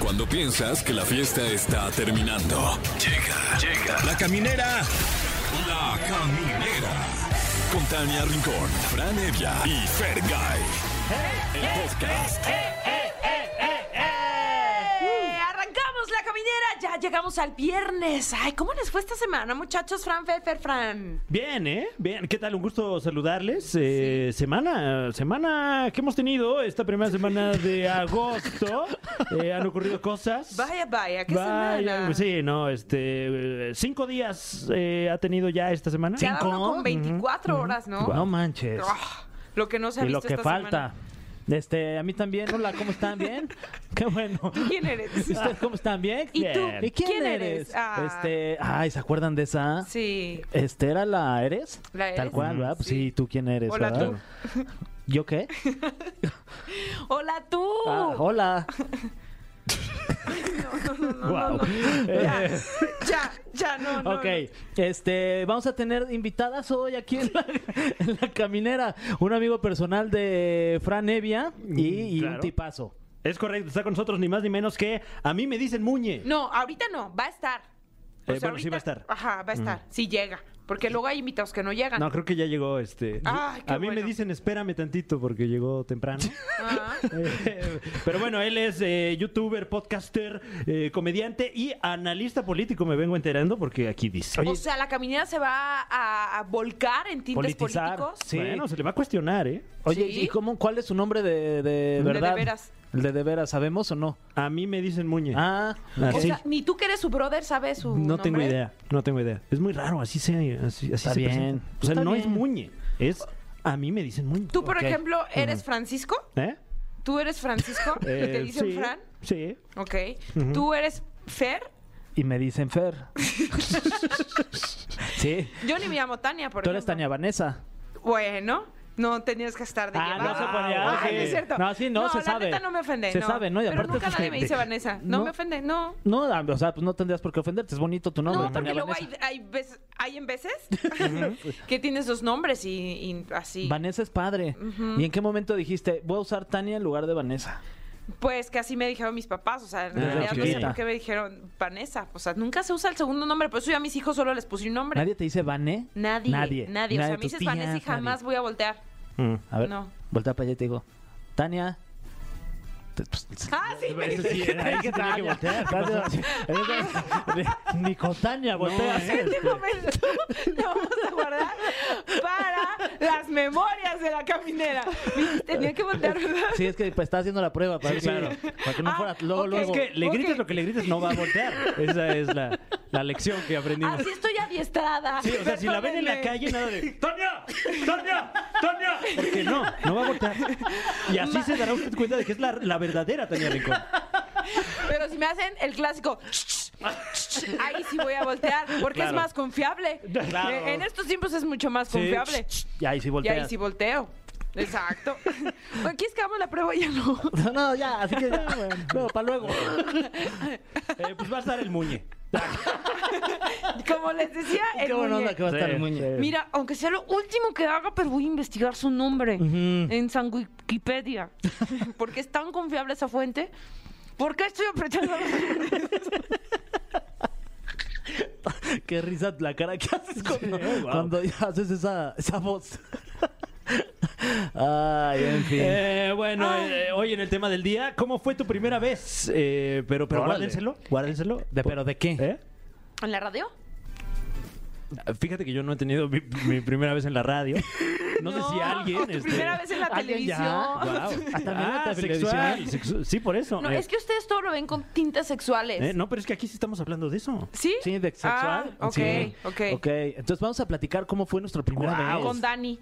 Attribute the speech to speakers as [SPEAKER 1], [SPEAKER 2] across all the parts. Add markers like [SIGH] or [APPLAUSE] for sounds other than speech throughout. [SPEAKER 1] Cuando piensas que la fiesta está terminando. Llega, llega. La caminera. La caminera. Con Tania Rincón, Fran Evia y Fer El podcast.
[SPEAKER 2] Eh, Arrancamos la caminera, ya llegamos al viernes. Ay, ¿cómo les fue esta semana, muchachos? Fran, Fer, Fer, Fran.
[SPEAKER 3] Bien, ¿eh? Bien, ¿qué tal? Un gusto saludarles. Eh, Semana, semana que hemos tenido, esta primera semana
[SPEAKER 2] [LAUGHS]
[SPEAKER 3] de agosto, eh, han ocurrido cosas.
[SPEAKER 2] Vaya, vaya, qué
[SPEAKER 3] Vaya,
[SPEAKER 2] semana.
[SPEAKER 3] pues Sí, no, este, eh, cinco días eh, ha tenido ya esta semana.
[SPEAKER 2] Cada uno con 24 horas, ¿no?
[SPEAKER 3] No manches.
[SPEAKER 2] Ah, Lo que no se ha
[SPEAKER 3] Y lo
[SPEAKER 2] visto
[SPEAKER 3] que
[SPEAKER 2] esta
[SPEAKER 3] falta.
[SPEAKER 2] semana.
[SPEAKER 4] Este, a mí también. Hola, ¿cómo están?
[SPEAKER 3] [LAUGHS]
[SPEAKER 4] ¿Bien? Qué bueno.
[SPEAKER 2] ¿Quién eres?
[SPEAKER 4] ¿Y ustedes cómo están? ¿Bien?
[SPEAKER 2] ¿Y tú?
[SPEAKER 4] ¿Y quién,
[SPEAKER 2] ¿Quién eres?
[SPEAKER 4] eres?
[SPEAKER 2] Ah.
[SPEAKER 4] Este, ay, ¿se acuerdan de esa?
[SPEAKER 2] Sí.
[SPEAKER 4] Este, ¿era la Eres?
[SPEAKER 2] La Eres.
[SPEAKER 4] Tal cual, ¿verdad? Pues
[SPEAKER 2] Sí.
[SPEAKER 4] sí. ¿tú quién eres?
[SPEAKER 2] Hola,
[SPEAKER 3] [LAUGHS]
[SPEAKER 4] verdad? ¿Yo qué?
[SPEAKER 2] Hola tú.
[SPEAKER 4] Ah, hola. [LAUGHS]
[SPEAKER 3] Wow. [LAUGHS]
[SPEAKER 2] Ya, ya, ya, no, no.
[SPEAKER 4] ok, este, vamos a tener invitadas hoy aquí en la, [LAUGHS] en la caminera. Un amigo personal de Fran Evia y, y
[SPEAKER 3] claro.
[SPEAKER 4] un tipazo.
[SPEAKER 3] Es correcto, está con nosotros ni más ni menos que a mí me dicen Muñe.
[SPEAKER 2] No, No, ahorita no, va a estar. O
[SPEAKER 3] Eh,
[SPEAKER 2] sea,
[SPEAKER 3] bueno, sí va a
[SPEAKER 2] ahorita-
[SPEAKER 3] estar.
[SPEAKER 2] Ajá, va a estar. Si llega. Porque luego hay invitados que no llegan.
[SPEAKER 3] No, creo que ya llegó este.
[SPEAKER 2] Ay, qué
[SPEAKER 3] a mí me
[SPEAKER 2] bueno.
[SPEAKER 3] dicen espérame tantito porque llegó
[SPEAKER 2] [LAUGHS]
[SPEAKER 3] temprano. [LAUGHS]
[SPEAKER 2] Ah,
[SPEAKER 3] Eh, Pero bueno, él es eh, youtuber, podcaster, eh, comediante y analista político, me vengo enterando porque aquí dice.
[SPEAKER 2] o sea, la caminera se va a, a volcar en tintes
[SPEAKER 4] Politizar,
[SPEAKER 2] políticos.
[SPEAKER 4] sí.
[SPEAKER 3] Bueno, se le va a cuestionar, ¿eh?
[SPEAKER 4] Oye,
[SPEAKER 2] Sí.
[SPEAKER 4] ¿y cómo, cuál es su nombre de, de verdad?
[SPEAKER 2] veras.
[SPEAKER 4] El de de veras, ¿sabemos o no?
[SPEAKER 3] A mí me dicen Muñe.
[SPEAKER 4] Ah,
[SPEAKER 2] O
[SPEAKER 4] ok.
[SPEAKER 2] sea, ni tú que eres su brother sabes su
[SPEAKER 3] no tengo
[SPEAKER 2] nombre.
[SPEAKER 3] idea, no tengo idea. Es muy raro, así se así, así
[SPEAKER 4] Está
[SPEAKER 3] se
[SPEAKER 4] bien.
[SPEAKER 3] presenta. O sea,
[SPEAKER 4] Está
[SPEAKER 3] no
[SPEAKER 4] bien.
[SPEAKER 3] es Muñe, es a mí me dicen Muñe.
[SPEAKER 2] Tú, por
[SPEAKER 4] Ok.
[SPEAKER 2] ejemplo, eres Francisco.
[SPEAKER 3] ¿Eh?
[SPEAKER 2] Tú eres
[SPEAKER 4] [LAUGHS]
[SPEAKER 2] Francisco. que te
[SPEAKER 3] Eh,
[SPEAKER 2] dicen
[SPEAKER 3] sí,
[SPEAKER 2] Fran.
[SPEAKER 3] Sí.
[SPEAKER 2] Ok. Tú eres Fer.
[SPEAKER 4] Y me dicen Fer. [LAUGHS] sí.
[SPEAKER 2] Yo ni me llamo Tania, por
[SPEAKER 4] Tú eres Tania
[SPEAKER 2] ejemplo.
[SPEAKER 4] Vanessa.
[SPEAKER 2] Bueno, no tenías que estar de
[SPEAKER 4] Ah,
[SPEAKER 2] llevada.
[SPEAKER 4] no se podía,
[SPEAKER 2] Ay,
[SPEAKER 4] sí.
[SPEAKER 2] no es cierto.
[SPEAKER 4] No, sí, no, se
[SPEAKER 2] la
[SPEAKER 4] sabe.
[SPEAKER 2] neta no me ofende.
[SPEAKER 4] Se sabe, ¿no? Y
[SPEAKER 2] Pero
[SPEAKER 4] aparte
[SPEAKER 2] nunca nadie
[SPEAKER 4] ofende.
[SPEAKER 2] me dice Vanessa. No,
[SPEAKER 4] No.
[SPEAKER 2] me ofende, no.
[SPEAKER 4] No, o sea, pues no tendrías por qué ofenderte. Es bonito tu nombre,
[SPEAKER 2] No, porque
[SPEAKER 4] Tania
[SPEAKER 2] luego
[SPEAKER 4] Vanessa.
[SPEAKER 2] hay, hay, veces- hay en veces [LAUGHS] que tienes dos nombres y, y así.
[SPEAKER 4] Vanessa es padre. ¿Y en qué momento dijiste, voy a usar Tania en lugar de Vanessa?
[SPEAKER 2] Pues que así me dijeron mis papás, o sea, en
[SPEAKER 4] Desde
[SPEAKER 2] realidad no sé
[SPEAKER 4] chiquita.
[SPEAKER 2] por qué me dijeron Vanessa, o sea, nunca se usa el segundo nombre, por eso yo a mis hijos solo les puse un nombre.
[SPEAKER 4] ¿Nadie te dice Vané?
[SPEAKER 2] Nadie, nadie,
[SPEAKER 4] Nadie.
[SPEAKER 2] o sea,
[SPEAKER 4] Nadie,
[SPEAKER 2] me
[SPEAKER 4] tus
[SPEAKER 2] dices Vanessa y
[SPEAKER 4] tías,
[SPEAKER 2] jamás
[SPEAKER 4] nadie.
[SPEAKER 2] voy a voltear.
[SPEAKER 3] Mm.
[SPEAKER 4] A ver,
[SPEAKER 2] No.
[SPEAKER 4] voltea para allá y te digo, Tania. Te- pues,
[SPEAKER 2] Ah, [LAUGHS] sí,
[SPEAKER 3] Ese sí, ahí que tenía que voltear. [LAUGHS]
[SPEAKER 4] [LAUGHS] Ni con Tania volteas.
[SPEAKER 3] eh.
[SPEAKER 2] en este momento lo vamos a guardar para las memorias de la caminera. Tenía que voltear, ¿verdad?
[SPEAKER 4] Sí, es que pues, estaba haciendo la prueba para,
[SPEAKER 3] Sí,
[SPEAKER 4] ver si-
[SPEAKER 3] claro.
[SPEAKER 4] para que no
[SPEAKER 2] Ah,
[SPEAKER 4] fuera luego,
[SPEAKER 2] ok.
[SPEAKER 3] Es
[SPEAKER 4] luego.
[SPEAKER 3] que eh, le
[SPEAKER 2] Ok.
[SPEAKER 3] grites lo que le grites, no va a voltear. Esa es la, la lección que aprendimos.
[SPEAKER 2] Así estoy adiestrada.
[SPEAKER 3] Sí, o sea, si la ven en la
[SPEAKER 2] Perdónenme.
[SPEAKER 3] calle, nada de ¡Tonia! ¡Tonia! ¡Tonia! Porque no, no va a voltear. Y así se dará usted cuenta de que es la, la verdadera Tania
[SPEAKER 2] [LAUGHS]
[SPEAKER 3] Rincón.
[SPEAKER 2] Pero si me hacen el clásico. [LAUGHS] Ahí sí voy a voltear, porque es
[SPEAKER 3] Claro.
[SPEAKER 2] más confiable.
[SPEAKER 3] Claro.
[SPEAKER 2] Eh, En estos tiempos es mucho más confiable.
[SPEAKER 4] Y ahí sí
[SPEAKER 2] Y
[SPEAKER 4] volteas.
[SPEAKER 2] ahí sí volteo. Exacto. Aquí es que hagamos la prueba y ya no.
[SPEAKER 4] [LAUGHS] No, no, ya, así que ya, bueno, luego, para luego.
[SPEAKER 3] Eh, pues va a estar el muñe.
[SPEAKER 2] Como les decía, el
[SPEAKER 4] Qué buena
[SPEAKER 2] muñe-
[SPEAKER 4] onda que va a estar
[SPEAKER 3] Sí,
[SPEAKER 4] el muñe.
[SPEAKER 3] sí.
[SPEAKER 2] Mira, aunque sea lo último que haga, pero voy a investigar su nombre en San Wikipedia. [LAUGHS] Porque es tan confiable esa fuente. ¿Por qué estoy apretando?
[SPEAKER 4] Qué risa la cara que haces cuando,
[SPEAKER 3] Sí, wow.
[SPEAKER 4] cuando ya haces esa, esa voz. [LAUGHS] Ay, en fin.
[SPEAKER 3] Eh, bueno, eh, hoy en el tema del día, ¿cómo fue tu primera vez? Eh, pero pero
[SPEAKER 4] Órale.
[SPEAKER 3] guárdenselo, guárdenselo.
[SPEAKER 4] ¿De- ¿Pero de qué?
[SPEAKER 3] ¿Eh?
[SPEAKER 2] ¿En la radio?
[SPEAKER 3] Fíjate que yo no he tenido mi, mi primera vez en la radio. No, sé si alguien.
[SPEAKER 2] o tu
[SPEAKER 3] este,
[SPEAKER 2] primera vez en la
[SPEAKER 4] ¿alguien ya?
[SPEAKER 2] televisión.
[SPEAKER 3] Guau.
[SPEAKER 4] la
[SPEAKER 3] Ah,
[SPEAKER 4] televisión.
[SPEAKER 3] sexual, sexu- Sí, por eso.
[SPEAKER 2] No,
[SPEAKER 3] Eh,
[SPEAKER 2] es que ustedes todo lo ven con tintas sexuales.
[SPEAKER 3] eh, no, pero es que aquí sí estamos hablando de eso.
[SPEAKER 2] ¿Sí?
[SPEAKER 4] Sí, de sexual.
[SPEAKER 2] Ah, ok,
[SPEAKER 4] Sí.
[SPEAKER 2] ok.
[SPEAKER 4] Ok, entonces vamos a platicar cómo fue nuestra primera
[SPEAKER 3] Wow.
[SPEAKER 4] vez.
[SPEAKER 2] Con Dani.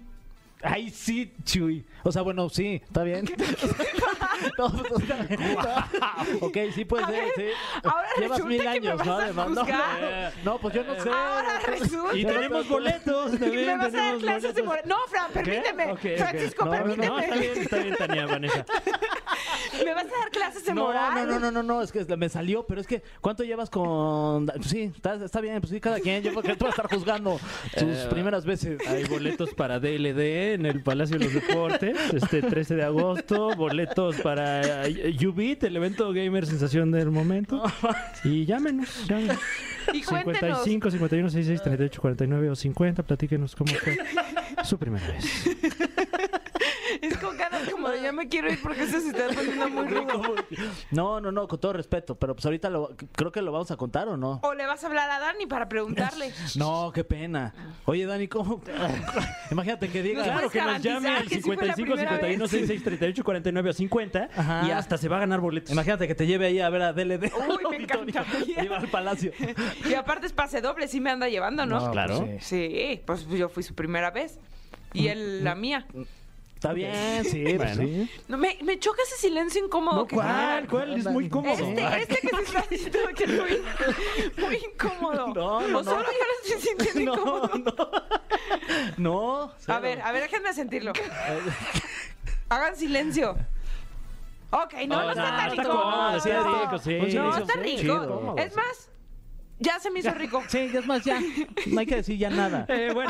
[SPEAKER 4] Ay, sí, Chuy. O sea, bueno, sí, está bien. [LAUGHS] No, pues, o
[SPEAKER 2] [LAUGHS]
[SPEAKER 4] sea, [LAUGHS] ok, sí puede
[SPEAKER 2] A
[SPEAKER 4] ser,
[SPEAKER 2] ver,
[SPEAKER 4] sí.
[SPEAKER 2] ahora
[SPEAKER 4] Llevas
[SPEAKER 2] resulta
[SPEAKER 4] mil
[SPEAKER 2] que me
[SPEAKER 4] años,
[SPEAKER 2] vas
[SPEAKER 4] ¿no?
[SPEAKER 2] a
[SPEAKER 4] Además, no,
[SPEAKER 2] juzgar.
[SPEAKER 4] [LAUGHS] no, pues yo no sé.
[SPEAKER 2] Ahora resulta.
[SPEAKER 3] Y tenemos
[SPEAKER 2] [LAUGHS]
[SPEAKER 3] boletos también.
[SPEAKER 2] me vas a dar
[SPEAKER 3] tenemos
[SPEAKER 2] clases de
[SPEAKER 3] boletos.
[SPEAKER 2] more- No, Fran,
[SPEAKER 3] Ok,
[SPEAKER 2] permíteme.
[SPEAKER 3] ok. [LAUGHS]
[SPEAKER 2] Francisco,
[SPEAKER 4] No, no, no,
[SPEAKER 2] permíteme.
[SPEAKER 3] No, está bien, está bien, Tania, Vanessa.
[SPEAKER 2] ¿Me vas a dar clases de
[SPEAKER 4] No,
[SPEAKER 2] moral?
[SPEAKER 4] no, no, no, no, no, es que me salió, pero es que ¿cuánto llevas con...? Sí, está, está bien, pues sí, cada quien, yo creo que tú vas a
[SPEAKER 2] [LAUGHS]
[SPEAKER 4] estar juzgando sus
[SPEAKER 2] Eh,
[SPEAKER 4] primeras veces.
[SPEAKER 3] Hay boletos para DLD en el Palacio de los Deportes, este 13 de agosto, boletos para eh, UBIT, el evento gamer sensación del momento. Y llámenos, llámenos.
[SPEAKER 2] Y cuéntenos.
[SPEAKER 3] 55 51 66 38 49 o 50, platíquenos cómo fue su primera vez.
[SPEAKER 2] Es con ganas como de ya me quiero ir porque eso se está poniendo muy rudo.
[SPEAKER 4] [LAUGHS] No, no, no, con todo respeto, pero pues ahorita lo, creo que lo vamos a contar
[SPEAKER 2] [LAUGHS]
[SPEAKER 4] o no.
[SPEAKER 2] O le vas a hablar a Dani para preguntarle.
[SPEAKER 4] No, qué pena. Oye,
[SPEAKER 2] [LAUGHS]
[SPEAKER 4] Dani, ¿cómo? Imagínate que diga...
[SPEAKER 2] Nos
[SPEAKER 3] Claro,
[SPEAKER 2] puedes
[SPEAKER 3] que nos llame
[SPEAKER 2] garantizar
[SPEAKER 3] al
[SPEAKER 2] que sí fue la
[SPEAKER 3] 55
[SPEAKER 2] primera
[SPEAKER 3] 51
[SPEAKER 2] vez?
[SPEAKER 3] 66 38 49 o 50
[SPEAKER 4] Ajá.
[SPEAKER 3] y hasta se va a ganar boletos.
[SPEAKER 4] Imagínate que te lleve ahí a ver a DLD. [LAUGHS] al
[SPEAKER 2] Uy, me
[SPEAKER 4] auditorio, [LAUGHS]
[SPEAKER 2] encantaría.
[SPEAKER 4] ahí va al palacio.
[SPEAKER 2] Y aparte es pase doble, sí me anda llevando, [LAUGHS] ¿no?
[SPEAKER 4] No,
[SPEAKER 3] Claro.
[SPEAKER 4] pues sí.
[SPEAKER 2] Sí, pues yo fui su primera vez. Y él la mía.
[SPEAKER 4] Está bien, sí, pues
[SPEAKER 3] Bueno.
[SPEAKER 4] sí.
[SPEAKER 2] No, me, me choca ese silencio incómodo. que-
[SPEAKER 3] ¿Cuál? ¿Cuál? Es muy cómodo.
[SPEAKER 2] Este, este que se está haciendo que es muy, muy incómodo.
[SPEAKER 4] No, no,
[SPEAKER 2] o solo yo
[SPEAKER 4] no.
[SPEAKER 2] lo estoy
[SPEAKER 3] [LAUGHS]
[SPEAKER 2] sintiendo incómodo.
[SPEAKER 4] [LAUGHS] No.
[SPEAKER 2] A ver, a ver, déjenme
[SPEAKER 3] [LAUGHS]
[SPEAKER 2] sentirlo. Hagan silencio. Ok, no, no,
[SPEAKER 3] no,
[SPEAKER 2] está tan
[SPEAKER 3] está
[SPEAKER 2] rico.
[SPEAKER 3] cómodo, sí, rico, sí.
[SPEAKER 2] No,
[SPEAKER 3] Sí,
[SPEAKER 2] está
[SPEAKER 3] sí,
[SPEAKER 2] rico.
[SPEAKER 3] chido, cómodo,
[SPEAKER 2] es
[SPEAKER 3] sí.
[SPEAKER 2] más, ya se me hizo rico.
[SPEAKER 4] Sí, es más, ya. No hay que decir ya nada.
[SPEAKER 3] Eh, bueno,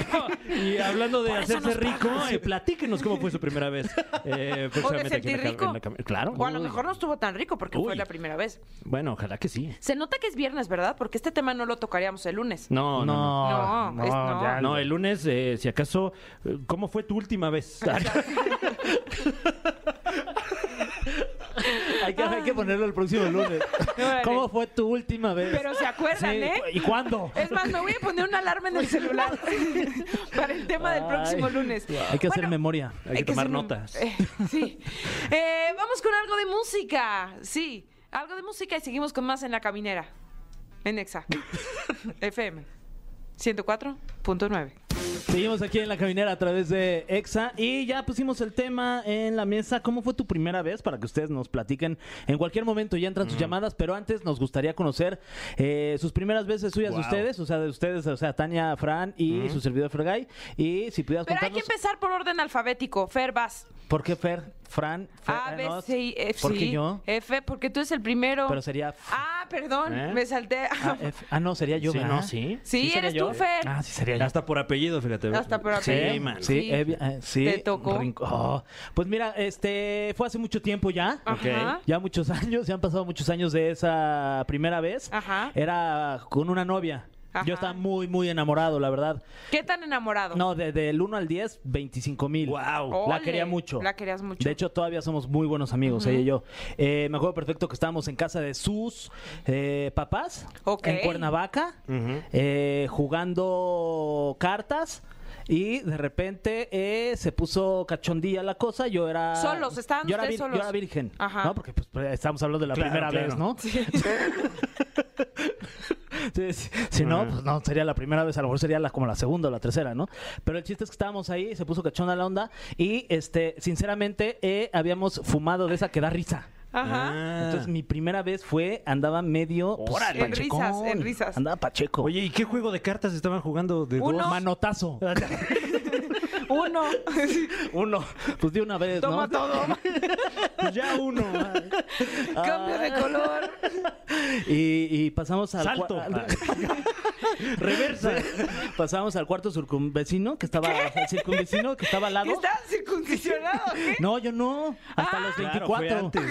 [SPEAKER 3] y hablando de
[SPEAKER 2] Por eso
[SPEAKER 3] hacerse
[SPEAKER 2] nos
[SPEAKER 3] rico, eh, platíquenos cómo fue su primera vez.
[SPEAKER 2] [LAUGHS]
[SPEAKER 3] Eh, próximamente aquí
[SPEAKER 2] sentir
[SPEAKER 3] en la ca-
[SPEAKER 2] rico.
[SPEAKER 3] en la cam- Claro.
[SPEAKER 2] O a lo
[SPEAKER 3] Uy.
[SPEAKER 2] mejor no estuvo tan rico porque fue
[SPEAKER 3] Uy.
[SPEAKER 2] la primera vez.
[SPEAKER 3] Bueno, ojalá que sí.
[SPEAKER 2] Se nota que es viernes, ¿verdad? Porque este tema no lo tocaríamos el lunes.
[SPEAKER 3] No, no.
[SPEAKER 2] [LAUGHS] No, es- no.
[SPEAKER 3] No, No, el lunes, eh, si acaso, eh, ¿cómo fue tu última
[SPEAKER 2] [LAUGHS]
[SPEAKER 3] vez? Ah,
[SPEAKER 4] Hay que, hay que ponerlo el próximo lunes.
[SPEAKER 2] Ah. Órale.
[SPEAKER 4] ¿Cómo fue tu última vez?
[SPEAKER 2] Pero se acuerdan,
[SPEAKER 4] Sí,
[SPEAKER 3] pues.
[SPEAKER 2] ¿eh?
[SPEAKER 4] ¿Y cuándo?
[SPEAKER 2] Es más, me voy a poner una alarma en el
[SPEAKER 3] [LAUGHS]
[SPEAKER 2] celular [LAUGHS] para el tema del próximo
[SPEAKER 4] Ay.
[SPEAKER 2] lunes.
[SPEAKER 4] Hay que hacer
[SPEAKER 2] Bueno,
[SPEAKER 4] memoria.
[SPEAKER 3] Hay que tomar
[SPEAKER 2] hacer un-
[SPEAKER 3] notas.
[SPEAKER 2] eh, [LAUGHS] sí. Eh, vamos con algo de música. Sí, algo de música y seguimos con más en la caminera. En Exa. [LAUGHS] FM 104.9.
[SPEAKER 4] Seguimos aquí en la caminera a través de EXA y ya pusimos el tema en la mesa. ¿Cómo fue tu primera vez? Para que ustedes nos platiquen. En cualquier momento ya entran sus llamadas, pero antes nos gustaría conocer eh, sus primeras veces suyas de
[SPEAKER 3] Wow.
[SPEAKER 4] ustedes, o sea, de ustedes, o sea, Tania, Fran y su servidor Fergay. Y si pudieras
[SPEAKER 2] Pero hay que
[SPEAKER 4] contarnos
[SPEAKER 2] empezar por orden alfabético. Fer, vas.
[SPEAKER 4] por qué Fer, Fran, Fer,
[SPEAKER 2] A, B,
[SPEAKER 4] eh, no,
[SPEAKER 2] C, I, F,
[SPEAKER 4] ¿Por qué
[SPEAKER 2] sí,
[SPEAKER 4] yo?
[SPEAKER 2] F, porque tú eres el primero.
[SPEAKER 4] Pero sería F.
[SPEAKER 2] Ah, perdón,
[SPEAKER 3] ¿Eh?
[SPEAKER 2] me salté.
[SPEAKER 4] Ah,
[SPEAKER 2] [LAUGHS]
[SPEAKER 4] F. Ah, no, sería yo,
[SPEAKER 3] Sí,
[SPEAKER 4] ¿verdad?
[SPEAKER 3] no, sí. Eh,
[SPEAKER 2] sí,
[SPEAKER 4] sería
[SPEAKER 2] eres
[SPEAKER 4] yo.
[SPEAKER 2] tú, Fer.
[SPEAKER 4] Ah, sí, sería yo.
[SPEAKER 3] Hasta por apellido, fíjate.
[SPEAKER 2] Hasta por
[SPEAKER 3] Sí,
[SPEAKER 2] apellido.
[SPEAKER 3] man.
[SPEAKER 4] Sí,
[SPEAKER 2] Sí.
[SPEAKER 4] Evia- eh, sí.
[SPEAKER 2] ¿Te tocó?
[SPEAKER 4] Rinco- oh. Pues mira, este fue hace mucho tiempo ya.
[SPEAKER 2] Ajá.
[SPEAKER 4] Ya muchos [LAUGHS] años, ya han pasado muchos años de esa primera vez.
[SPEAKER 2] Ajá.
[SPEAKER 4] Era con una novia.
[SPEAKER 2] Ajá.
[SPEAKER 4] Yo estaba muy, muy enamorado, la verdad.
[SPEAKER 2] ¿Qué tan enamorado?
[SPEAKER 4] No, de- del 1 al 10, 25 mil.
[SPEAKER 3] Wow.
[SPEAKER 2] Ole,
[SPEAKER 4] La quería mucho.
[SPEAKER 2] la querías mucho. [LAUGHS]
[SPEAKER 4] De hecho, todavía somos muy buenos amigos, ella y yo. Eh, me acuerdo perfecto que estábamos en casa de sus eh, papás,
[SPEAKER 2] Ok.
[SPEAKER 4] en Cuernavaca, eh, jugando cartas. Y de repente eh, se puso cachondilla la cosa. Yo era.
[SPEAKER 2] Solos, estaban
[SPEAKER 4] yo era,
[SPEAKER 2] ustedes
[SPEAKER 4] vir-
[SPEAKER 2] solos.
[SPEAKER 4] yo era virgen.
[SPEAKER 2] Ajá.
[SPEAKER 4] ¿no? Porque pues, estamos hablando de la
[SPEAKER 3] Claro,
[SPEAKER 4] primera
[SPEAKER 3] claro.
[SPEAKER 4] vez, ¿no? [LAUGHS] Sí, sí. si no, pues no, sería la primera vez, a lo mejor sería la, como la segunda o la tercera, ¿no? Pero el chiste es que estábamos ahí, se puso cachona la onda y, este, sinceramente, eh, habíamos fumado de esa que da risa.
[SPEAKER 2] Ajá.
[SPEAKER 3] Ah.
[SPEAKER 4] Entonces, mi primera vez fue, andaba medio pues,
[SPEAKER 3] Órale.
[SPEAKER 2] En risas, en risas.
[SPEAKER 4] Andaba pacheco.
[SPEAKER 3] Oye, ¿y qué juego de cartas estaban jugando de
[SPEAKER 2] Uno.
[SPEAKER 3] dos?
[SPEAKER 4] manotazo.
[SPEAKER 2] Uno.
[SPEAKER 4] [LAUGHS]
[SPEAKER 2] [LAUGHS]
[SPEAKER 4] Uno. Pues de una vez,
[SPEAKER 2] Toma
[SPEAKER 4] ¿no?
[SPEAKER 2] todo.
[SPEAKER 3] Pues ya
[SPEAKER 4] [LAUGHS]
[SPEAKER 3] uno.
[SPEAKER 2] Cambio de [LAUGHS] color.
[SPEAKER 4] Y, y pasamos al
[SPEAKER 3] Salto.
[SPEAKER 4] cua- al- [LAUGHS]
[SPEAKER 3] Reversa.
[SPEAKER 4] pasamos al cuarto circunvecino que estaba al circunvecino que estaba al lado.
[SPEAKER 2] Que estaba circuncionado.
[SPEAKER 4] No, yo no. Hasta
[SPEAKER 2] Ah.
[SPEAKER 4] los
[SPEAKER 3] Claro,
[SPEAKER 4] 24.
[SPEAKER 3] fue antes.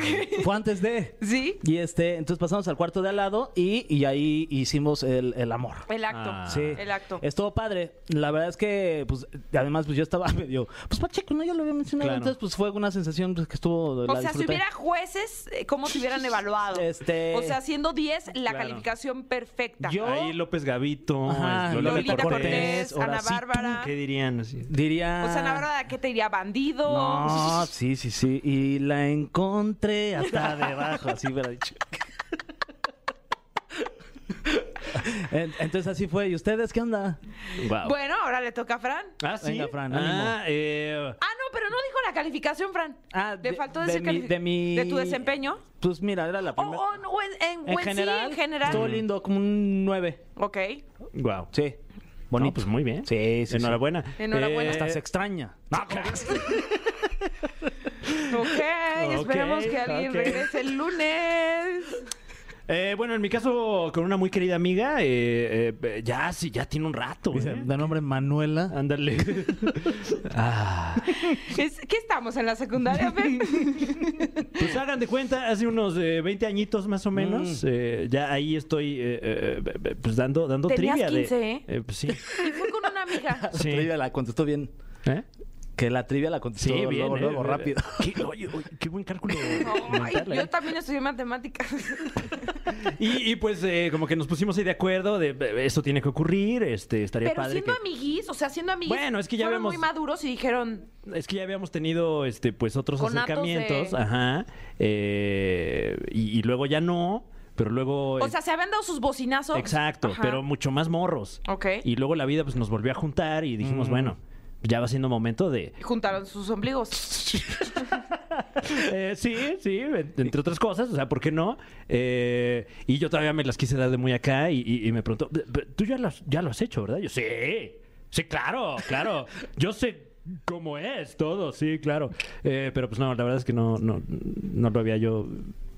[SPEAKER 4] Fue antes de.
[SPEAKER 2] Sí,
[SPEAKER 4] Y este, entonces pasamos al cuarto de al lado y, y ahí hicimos el, el amor.
[SPEAKER 2] el acto.
[SPEAKER 3] Ah.
[SPEAKER 4] Sí.
[SPEAKER 2] El acto.
[SPEAKER 4] Estuvo padre. La verdad es que, pues, además, pues yo estaba [LAUGHS] medio. Pues Pacheco, no, ya lo había mencionado.
[SPEAKER 3] Claro.
[SPEAKER 4] Entonces, pues fue una sensación pues, que estuvo.
[SPEAKER 2] O
[SPEAKER 4] la
[SPEAKER 2] sea, si
[SPEAKER 4] disfruté.
[SPEAKER 2] hubiera jueces, eh, ¿cómo te hubieran evaluado?
[SPEAKER 4] Este-
[SPEAKER 2] O sea, siendo 10, la
[SPEAKER 3] Claro.
[SPEAKER 2] calificación perfecta.
[SPEAKER 4] Yo-
[SPEAKER 3] Ahí López Gavito,
[SPEAKER 4] Ajá,
[SPEAKER 3] es
[SPEAKER 2] Lolita Cortés, Ana
[SPEAKER 3] Horacito,
[SPEAKER 2] Bárbara.
[SPEAKER 3] ¿Qué dirían? así?
[SPEAKER 4] Diría.
[SPEAKER 2] O sea, la verdad, ¿qué te diría? ¿Bandido?
[SPEAKER 4] ah. No, sí, sí, sí. Y la encontré hasta debajo, así hubiera dicho. [LAUGHS] En- Entonces así fue. ¿Y ustedes qué onda?
[SPEAKER 3] Wow.
[SPEAKER 2] [LAUGHS] Bueno, ahora le toca a Fran.
[SPEAKER 3] Ah, sí.
[SPEAKER 4] Venga, Fran,
[SPEAKER 3] ah, eh,
[SPEAKER 2] Ah, no, pero no dijo la calificación, Fran.
[SPEAKER 4] Ah,
[SPEAKER 2] Le
[SPEAKER 4] de-
[SPEAKER 2] faltó
[SPEAKER 4] de
[SPEAKER 2] decir
[SPEAKER 4] mi-
[SPEAKER 2] califi-
[SPEAKER 4] de mi-
[SPEAKER 2] tu desempeño.
[SPEAKER 4] Pues mira, era la
[SPEAKER 2] O,
[SPEAKER 4] primera.
[SPEAKER 2] o- o en, en- o en Pues sí, en general.
[SPEAKER 4] Estuvo lindo, como un 9.
[SPEAKER 2] Ok.
[SPEAKER 3] wow.
[SPEAKER 4] Sí.
[SPEAKER 3] Bonito. pues muy bien. Eh,
[SPEAKER 4] Sí, sí, sí.
[SPEAKER 3] Enhorabuena.
[SPEAKER 2] Enhorabuena.
[SPEAKER 4] Hasta
[SPEAKER 3] Eh,
[SPEAKER 4] se extraña. [LAUGHS]
[SPEAKER 2] Ok, esperemos que alguien
[SPEAKER 3] ok.
[SPEAKER 2] regrese el lunes.
[SPEAKER 3] Eh, bueno, en mi caso, con una muy querida amiga, eh, eh, ya sí, ya tiene un rato.
[SPEAKER 4] Dice,
[SPEAKER 3] ¿eh?
[SPEAKER 4] de nombre Manuela.
[SPEAKER 3] [LAUGHS]
[SPEAKER 4] [LAUGHS]
[SPEAKER 3] Ándale.
[SPEAKER 4] Ah.
[SPEAKER 2] Es- ¿Qué estamos en la secundaria? Fer?
[SPEAKER 4] [LAUGHS]
[SPEAKER 3] Pues hagan de cuenta, hace unos eh, 20 añitos más o menos,
[SPEAKER 4] Mm.
[SPEAKER 3] eh, ya ahí estoy eh, eh, eh, pues dando, dando
[SPEAKER 2] Tenías
[SPEAKER 3] trivia
[SPEAKER 2] 15,
[SPEAKER 3] de.
[SPEAKER 2] ¿eh?
[SPEAKER 3] pues
[SPEAKER 4] [LAUGHS]
[SPEAKER 3] sí.
[SPEAKER 2] Y fue con
[SPEAKER 3] [LAUGHS]
[SPEAKER 2] una amiga.
[SPEAKER 3] Sí.
[SPEAKER 4] Ah, La trivia la contestó bien.
[SPEAKER 3] ¿Eh?
[SPEAKER 4] Que la trivia la contestó
[SPEAKER 3] Sí, bien.
[SPEAKER 4] luego,
[SPEAKER 3] ¿eh?
[SPEAKER 4] luego, [LAUGHS] rápido.
[SPEAKER 3] Qué, oye, oye, qué buen cálculo.
[SPEAKER 2] Ay,
[SPEAKER 3] mental, ¿eh?
[SPEAKER 2] yo también estudié matemáticas.
[SPEAKER 3] Y, y, pues eh, como que nos pusimos ahí de acuerdo de "Be- esto tiene que ocurrir, este estaría
[SPEAKER 2] Pero
[SPEAKER 3] padre
[SPEAKER 2] siendo
[SPEAKER 3] que-
[SPEAKER 2] amiguis, o sea, siendo amiguis,
[SPEAKER 3] Bueno, es que ya
[SPEAKER 2] fueron
[SPEAKER 3] vemos-
[SPEAKER 2] muy maduros y dijeron,
[SPEAKER 3] es que ya habíamos tenido este pues otros
[SPEAKER 2] Conatos
[SPEAKER 3] acercamientos,
[SPEAKER 2] de-
[SPEAKER 3] ajá, eh, y, y luego ya no, pero luego e-
[SPEAKER 2] o sea, se habían dado sus bocinazos.
[SPEAKER 3] Pues exacto,
[SPEAKER 2] Ajá.
[SPEAKER 3] pero mucho más morros.
[SPEAKER 2] Ok.
[SPEAKER 3] Y luego la vida pues nos volvió a juntar y
[SPEAKER 4] Mm.
[SPEAKER 3] dijimos, bueno, ya va siendo momento de
[SPEAKER 2] Juntaron
[SPEAKER 3] [LAUGHS]
[SPEAKER 2] sus ombligos.
[SPEAKER 3] Eh, sí, sí, en- entre otras cosas, o sea, ¿por qué no? Eh, y yo todavía me las quise dar de muy acá y, y- y me preguntó, "Pe- pe- tú ya lo, has- ya lo has hecho, ¿verdad? Yo, sí, sí, claro, claro, yo sé cómo es todo, sí, claro. Eh, pero pues no, la verdad es que no, no, no lo había yo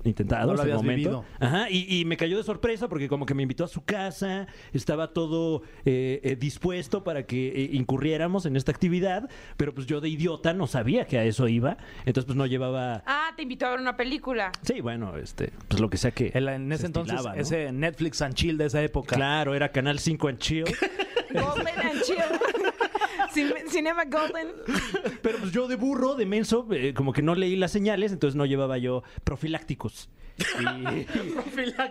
[SPEAKER 3] intentado
[SPEAKER 4] No lo
[SPEAKER 3] hasta el
[SPEAKER 4] habías
[SPEAKER 3] momento.
[SPEAKER 4] vivido.
[SPEAKER 3] Ajá, y, y me cayó de sorpresa porque como que me invitó a su casa, estaba todo eh, eh, dispuesto para que eh, incurriéramos en esta actividad, pero pues yo de idiota no sabía que a eso iba, entonces pues no llevaba...
[SPEAKER 2] Ah, te invitó a ver una película.
[SPEAKER 3] Sí, bueno, este, pues lo que sea que...
[SPEAKER 4] En, la- en
[SPEAKER 3] se
[SPEAKER 4] ese entonces,
[SPEAKER 3] estilaba, ¿no?
[SPEAKER 4] ese Netflix and chill de esa época.
[SPEAKER 3] Claro, era Canal 5 en
[SPEAKER 4] [LAUGHS]
[SPEAKER 3] Chill.
[SPEAKER 2] Golden and
[SPEAKER 3] [LAUGHS]
[SPEAKER 2] Chill. Cin- Cinema Golden.
[SPEAKER 3] Pero pues yo de burro, de menso, eh, como que no leí las señales, entonces no llevaba yo profilácticos.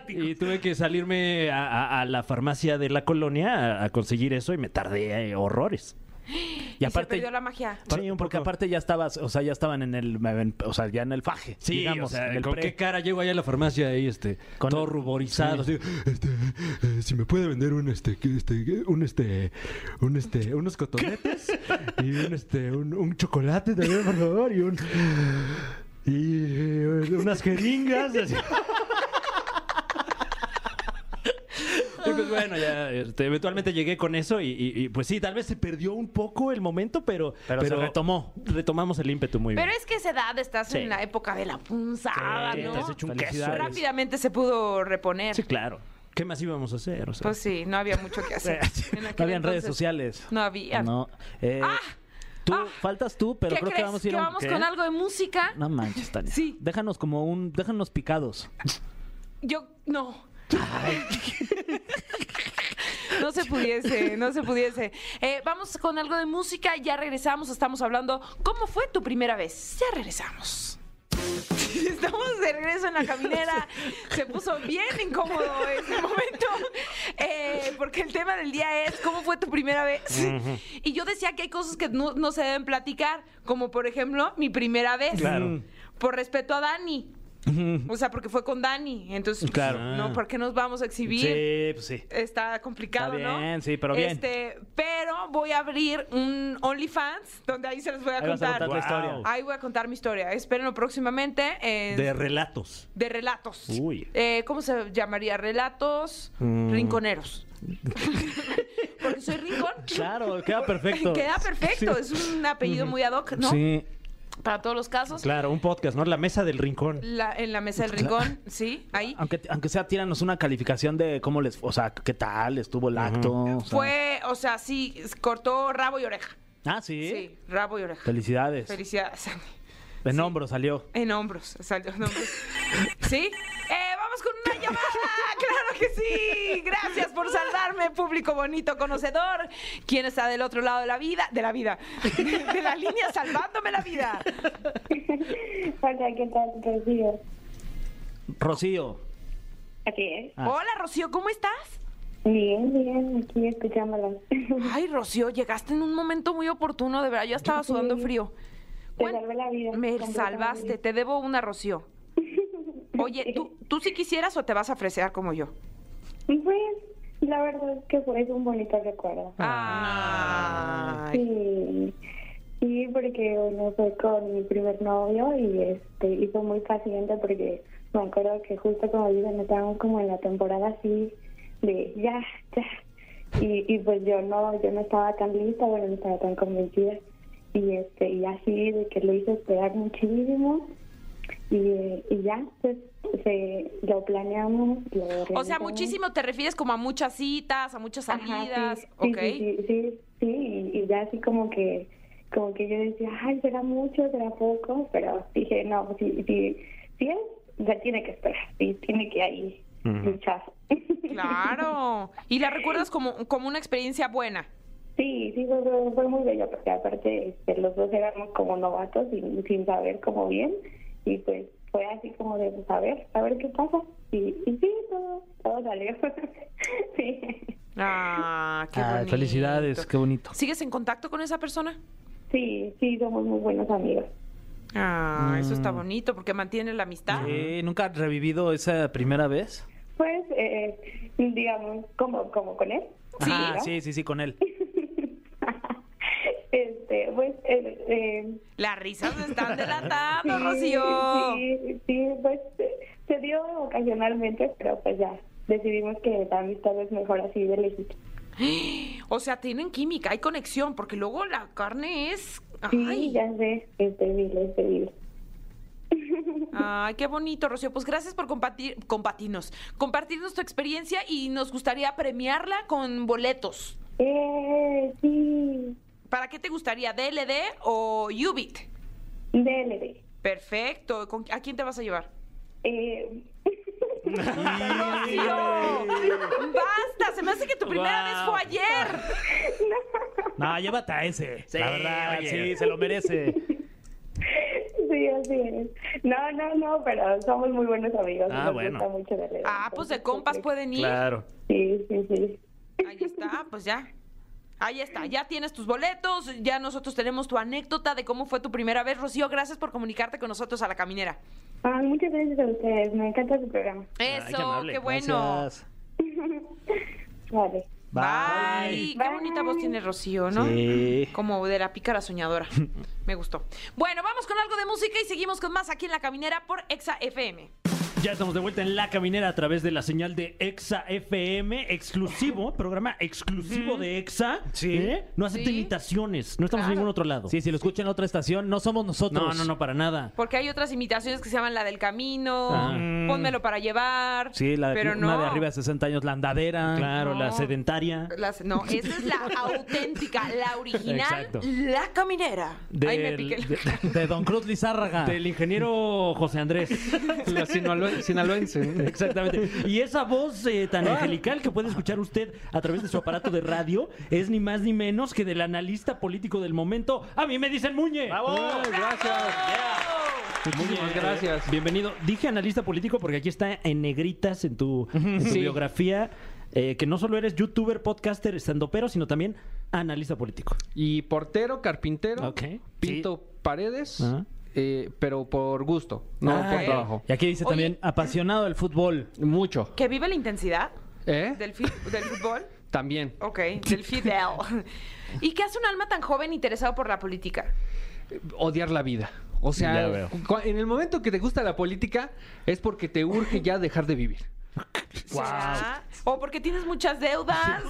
[SPEAKER 3] Y, y tuve que salirme a, a- a la farmacia de la colonia a, a conseguir eso y me tardé eh, horrores.
[SPEAKER 4] Y
[SPEAKER 2] Y,
[SPEAKER 4] aparte-
[SPEAKER 2] se perdió la magia.
[SPEAKER 4] Por-
[SPEAKER 3] Sí, un
[SPEAKER 4] porque
[SPEAKER 3] poco.
[SPEAKER 4] aparte ya estabas, o sea, ya estaban en el, en- o sea, ya en el faje, digamos, en el
[SPEAKER 3] ¿con
[SPEAKER 4] pre.
[SPEAKER 3] qué cara llego allá a la farmacia ahí, este,
[SPEAKER 4] Con-
[SPEAKER 3] todo ruborizado?
[SPEAKER 4] Sí.
[SPEAKER 3] así,
[SPEAKER 5] Este, eh, si me puede vender un este, que este, un este, un este, unos cotonetes
[SPEAKER 3] [LAUGHS]
[SPEAKER 5] y un este, un, un chocolate también, por favor, y un y eh, unas jeringas. así.
[SPEAKER 3] [LAUGHS] Y pues bueno, ya este, eventualmente llegué con eso y, y- y, pues sí, tal vez se perdió un poco el momento, pero,
[SPEAKER 4] Pero se retomó.
[SPEAKER 3] Retomamos el ímpetu muy
[SPEAKER 2] Pero
[SPEAKER 3] bien.
[SPEAKER 2] es que a esa edad estás
[SPEAKER 3] Sí.
[SPEAKER 2] en la época de la punzada,
[SPEAKER 3] Sí,
[SPEAKER 2] ¿no?
[SPEAKER 3] te has hecho un queso.
[SPEAKER 4] Felicidades.
[SPEAKER 2] Rápidamente se pudo reponer.
[SPEAKER 3] Sí, claro. ¿Qué más íbamos a hacer? O sea,
[SPEAKER 2] Pues sí, no había mucho que
[SPEAKER 3] [LAUGHS]
[SPEAKER 2] hacer. En aquel
[SPEAKER 4] no había en redes
[SPEAKER 2] entonces,
[SPEAKER 4] sociales.
[SPEAKER 2] No había. Ah,
[SPEAKER 4] No. Eh, tú, faltas tú, pero
[SPEAKER 2] ¿Qué
[SPEAKER 4] creo
[SPEAKER 2] crees?
[SPEAKER 4] que vamos a ir a un- ¿Qué?
[SPEAKER 2] con algo de música?
[SPEAKER 4] No manches, Tania.
[SPEAKER 2] Sí.
[SPEAKER 4] Déjanos como un, déjanos picados.
[SPEAKER 2] Yo, no. [LAUGHS] No se pudiese, no se pudiese. Eh, vamos con algo de música, ya regresamos, estamos hablando. ¿Cómo fue tu primera vez? Ya regresamos. [LAUGHS] Estamos de regreso en la caminera. Se puso bien incómodo ese momento, eh, porque el tema del día es cómo fue tu primera vez. Y yo decía que hay cosas que no, no se deben platicar, como por ejemplo mi primera vez.
[SPEAKER 3] Claro.
[SPEAKER 2] Por respeto a Dani. O sea, porque fue con Dani. Entonces, pues,
[SPEAKER 4] Claro.
[SPEAKER 2] no, ¿por qué nos vamos a exhibir?
[SPEAKER 4] Sí, pues sí.
[SPEAKER 2] Está complicado,
[SPEAKER 4] Está bien,
[SPEAKER 2] ¿no?
[SPEAKER 4] sí, pero bien.
[SPEAKER 2] Este, pero voy a abrir un OnlyFans donde ahí se les voy a
[SPEAKER 4] Ahí vas a
[SPEAKER 2] contar.
[SPEAKER 4] contar la
[SPEAKER 3] Guau.
[SPEAKER 4] historia.
[SPEAKER 2] Ahí voy a contar mi historia. Espérenlo próximamente. eh,
[SPEAKER 3] de
[SPEAKER 2] de...
[SPEAKER 3] relatos.
[SPEAKER 2] relatos.
[SPEAKER 3] Uy.
[SPEAKER 2] Eh, ¿Cómo se llamaría? Relatos
[SPEAKER 4] Mm. [LAUGHS]
[SPEAKER 2] rinconeros. porque soy rincón. [LAUGHS]
[SPEAKER 4] Claro, queda perfecto.
[SPEAKER 2] Queda perfecto. Es un apellido muy ad hoc, ¿no?
[SPEAKER 4] Sí.
[SPEAKER 2] Para todos los casos.
[SPEAKER 3] Claro, un podcast, ¿no? La mesa del rincón.
[SPEAKER 2] La- en la mesa del rincón, sí, ahí.
[SPEAKER 4] Aunque, aunque sea, tíranos una calificación de cómo les, o sea, qué tal estuvo el acto. o sea.
[SPEAKER 2] Fue, o sea, sí, es- cortó rabo y oreja.
[SPEAKER 4] Ah, sí.
[SPEAKER 2] Sí, rabo y oreja.
[SPEAKER 4] Felicidades.
[SPEAKER 2] Felicidades, Andy.
[SPEAKER 4] En hombro salió.
[SPEAKER 2] En hombros, salió en hombros.
[SPEAKER 4] [LAUGHS]
[SPEAKER 2] ¿Sí? Eh, ¡Vamos con una llamada! [LAUGHS] ¡Claro que sí! Gracias por salvarme, público bonito, conocedor. ¿Quién está del otro lado de la vida? De la vida. [LAUGHS] De la línea, salvándome la vida.
[SPEAKER 6] Hola, ¿qué tal? Rocío.
[SPEAKER 4] Rocío.
[SPEAKER 6] Así es.
[SPEAKER 4] Ah.
[SPEAKER 2] Hola, Rocío, ¿cómo estás?
[SPEAKER 6] Bien, bien, aquí escuchándola.
[SPEAKER 2] [LAUGHS]
[SPEAKER 6] Te
[SPEAKER 2] Ay, Rocío, llegaste en un momento muy oportuno, de verdad, yo estaba sudando frío. Cuen-
[SPEAKER 6] salvé la vida.
[SPEAKER 2] Me
[SPEAKER 6] completamente.
[SPEAKER 2] salvaste, te debo una
[SPEAKER 6] [LAUGHS]
[SPEAKER 2] Rocío. Oye, ¿tú, ¿tú sí quisieras o te vas a fresear como yo?
[SPEAKER 6] Pues, la verdad es que fue un bonito recuerdo.
[SPEAKER 2] Ah,
[SPEAKER 4] Ah.
[SPEAKER 2] Ay.
[SPEAKER 6] Sí, sí, porque bueno, fue con mi primer novio y este y fue muy paciente porque me acuerdo que justo como dicen, estábamos como en la temporada así de ya, ya. Y, y pues yo no, yo no estaba tan lista, bueno, no estaba tan convencida. y este y así de que lo hice esperar muchísimo y, eh, y ya pues se, lo planeamos lo
[SPEAKER 2] O sea,
[SPEAKER 6] realizamos.
[SPEAKER 2] muchísimo te refieres como a muchas citas, a muchas
[SPEAKER 6] Ajá,
[SPEAKER 2] salidas,
[SPEAKER 6] sí, sí,
[SPEAKER 2] ¿ok?
[SPEAKER 6] sí, sí, sí, sí, y, y ya así como que, como que yo decía, ay, será mucho, será poco, pero dije, no, pues, si, si, si es, ya tiene que esperar, y tiene que ahí luchar. [LAUGHS]
[SPEAKER 2] Claro. Y la recuerdas como, como una experiencia buena.
[SPEAKER 6] Sí, sí, fue, fue- fue muy bello, porque aparte este, los dos éramos como novatos sin, sin saber como bien, y pues fue así como de, pues, a ver, a ver qué pasa, y, y sí, todo, todo salió. [LAUGHS] sí.
[SPEAKER 2] Ah, qué
[SPEAKER 4] Ah,
[SPEAKER 2] bonito.
[SPEAKER 4] felicidades, qué bonito.
[SPEAKER 2] ¿Sigues en contacto con esa persona?
[SPEAKER 6] Sí, sí, somos muy buenos amigos.
[SPEAKER 2] Ah, eso está bonito porque mantiene la amistad.
[SPEAKER 4] Mm. Sí, Eh, ¿Nunca has revivido esa primera vez?
[SPEAKER 6] Pues, eh, digamos, como, como con él.
[SPEAKER 2] Sí.
[SPEAKER 4] Ajá,
[SPEAKER 6] ¿no?
[SPEAKER 4] Ah, sí, sí, sí, con él.
[SPEAKER 6] [LAUGHS] este, pues, eh, eh,
[SPEAKER 2] Las risas me están delatando,
[SPEAKER 6] sí,
[SPEAKER 2] Rocío.
[SPEAKER 6] Sí, sí, pues, eh, se dio ocasionalmente, pero pues ya decidimos que la amistad es mejor así de lejito.
[SPEAKER 2] O sea, tienen química, hay conexión, porque luego la carne es.
[SPEAKER 6] Sí,
[SPEAKER 2] Ay,
[SPEAKER 6] ya sé, este, es terrible, es terrible.
[SPEAKER 2] ay, qué bonito, Rocío. Pues gracias por compartir, compartirnos, compartirnos tu experiencia y nos gustaría premiarla con boletos.
[SPEAKER 6] Eh, sí,
[SPEAKER 2] ¿Para qué te gustaría? ¿DLD o Ubit?
[SPEAKER 6] DLD.
[SPEAKER 2] Perfecto. ¿Con- ¿A quién te vas a llevar?
[SPEAKER 6] Eh, [LAUGHS]
[SPEAKER 2] ¡Rocío! ¡Basta! Se me hace que tu primera vez
[SPEAKER 4] Guau.
[SPEAKER 2] fue ayer.
[SPEAKER 4] No, llévate a ese.
[SPEAKER 3] Sí,
[SPEAKER 4] la verdad,
[SPEAKER 3] oye.
[SPEAKER 4] sí, se lo merece.
[SPEAKER 6] sí, así es. No, no, no, pero somos muy buenos amigos.
[SPEAKER 4] Ah,
[SPEAKER 6] nos
[SPEAKER 4] bueno.
[SPEAKER 6] gusta mucho DLD,
[SPEAKER 2] Ah, pues de
[SPEAKER 6] entonces,
[SPEAKER 2] compas
[SPEAKER 6] pues,
[SPEAKER 2] pueden ir.
[SPEAKER 4] Claro.
[SPEAKER 6] Sí, sí, sí.
[SPEAKER 2] Ahí está, pues ya. Ahí está, ya tienes tus boletos, ya nosotros tenemos tu anécdota de cómo fue tu primera vez. Rocío, gracias por comunicarte con nosotros a la caminera.
[SPEAKER 6] Ay, muchas gracias a ustedes, me encanta su programa.
[SPEAKER 2] Eso,
[SPEAKER 4] Ay,
[SPEAKER 2] qué,
[SPEAKER 4] amable.
[SPEAKER 2] bueno.
[SPEAKER 4] Gracias.
[SPEAKER 6] Vale.
[SPEAKER 2] Bye. Qué
[SPEAKER 6] Bye.
[SPEAKER 2] bonita voz tiene Rocío, ¿no?
[SPEAKER 4] Sí.
[SPEAKER 2] Como de la pícara soñadora.
[SPEAKER 4] [LAUGHS]
[SPEAKER 2] Me gustó. Bueno, vamos con algo de música y seguimos con más aquí en la caminera por Exa FM.
[SPEAKER 3] Ya estamos de vuelta en La Caminera a través de la señal de Exa FM, exclusivo, programa exclusivo de Exa.
[SPEAKER 4] Sí.
[SPEAKER 3] ¿Eh? No acepta
[SPEAKER 2] Sí.
[SPEAKER 3] imitaciones, no estamos
[SPEAKER 2] Claro.
[SPEAKER 3] en ningún otro lado.
[SPEAKER 4] Sí, si lo escuchan en otra estación, no somos
[SPEAKER 3] No,
[SPEAKER 4] nosotros.
[SPEAKER 3] no, no, para nada.
[SPEAKER 2] Porque hay otras imitaciones que se llaman la del camino,
[SPEAKER 3] Ah.
[SPEAKER 2] pónmelo para llevar.
[SPEAKER 4] Sí, la de,
[SPEAKER 2] pero
[SPEAKER 4] una
[SPEAKER 2] no.
[SPEAKER 4] de arriba de 60 años, la andadera.
[SPEAKER 3] Claro,
[SPEAKER 2] No.
[SPEAKER 3] la sedentaria.
[SPEAKER 2] Las- no, esa es la auténtica, la original,
[SPEAKER 3] Exacto.
[SPEAKER 2] la caminera. Ahí me
[SPEAKER 3] Del-
[SPEAKER 2] piqué.
[SPEAKER 3] de-
[SPEAKER 4] De Don Cruz Lizárraga.
[SPEAKER 3] Del ingeniero José Andrés.
[SPEAKER 7] [LAUGHS] La sinalue- sinaloense. Ah.
[SPEAKER 3] Exactamente. Y esa voz eh, tan angelical que puede escuchar usted a través de su aparato de radio es ni más ni menos que del analista político del momento. A mí me dicen Muñe.
[SPEAKER 7] Ay, gracias. Muchísimas
[SPEAKER 3] Muñe, eh,
[SPEAKER 7] gracias.
[SPEAKER 3] Bienvenido. Dije analista político porque aquí está en negritas en tu, en tu
[SPEAKER 7] Sí.
[SPEAKER 3] biografía. eh, que no solo eres youtuber, podcaster, estandopero, sino también analista político.
[SPEAKER 7] Y portero, carpintero,
[SPEAKER 3] Ok.
[SPEAKER 7] pinto paredes,
[SPEAKER 3] Ajá.
[SPEAKER 7] eh, pero por gusto, no
[SPEAKER 3] Ah,
[SPEAKER 7] por
[SPEAKER 3] ok.
[SPEAKER 7] trabajo.
[SPEAKER 4] Y aquí dice
[SPEAKER 2] Oye.
[SPEAKER 4] también apasionado del fútbol.
[SPEAKER 7] Mucho.
[SPEAKER 2] [LAUGHS] Que vive la intensidad
[SPEAKER 7] ¿Eh?
[SPEAKER 2] del, fi- del fútbol.
[SPEAKER 7] También.
[SPEAKER 2] Ok, del fidel. ¿Y qué hace un alma tan joven interesado por la política?
[SPEAKER 7] odiar la vida. O
[SPEAKER 3] Ya
[SPEAKER 7] sea,
[SPEAKER 3] veo.
[SPEAKER 7] cu- en el momento que te gusta la política es porque te urge ya dejar de vivir.
[SPEAKER 2] ¿Será? ¿O porque tienes muchas
[SPEAKER 3] [LAUGHS]
[SPEAKER 2] deudas?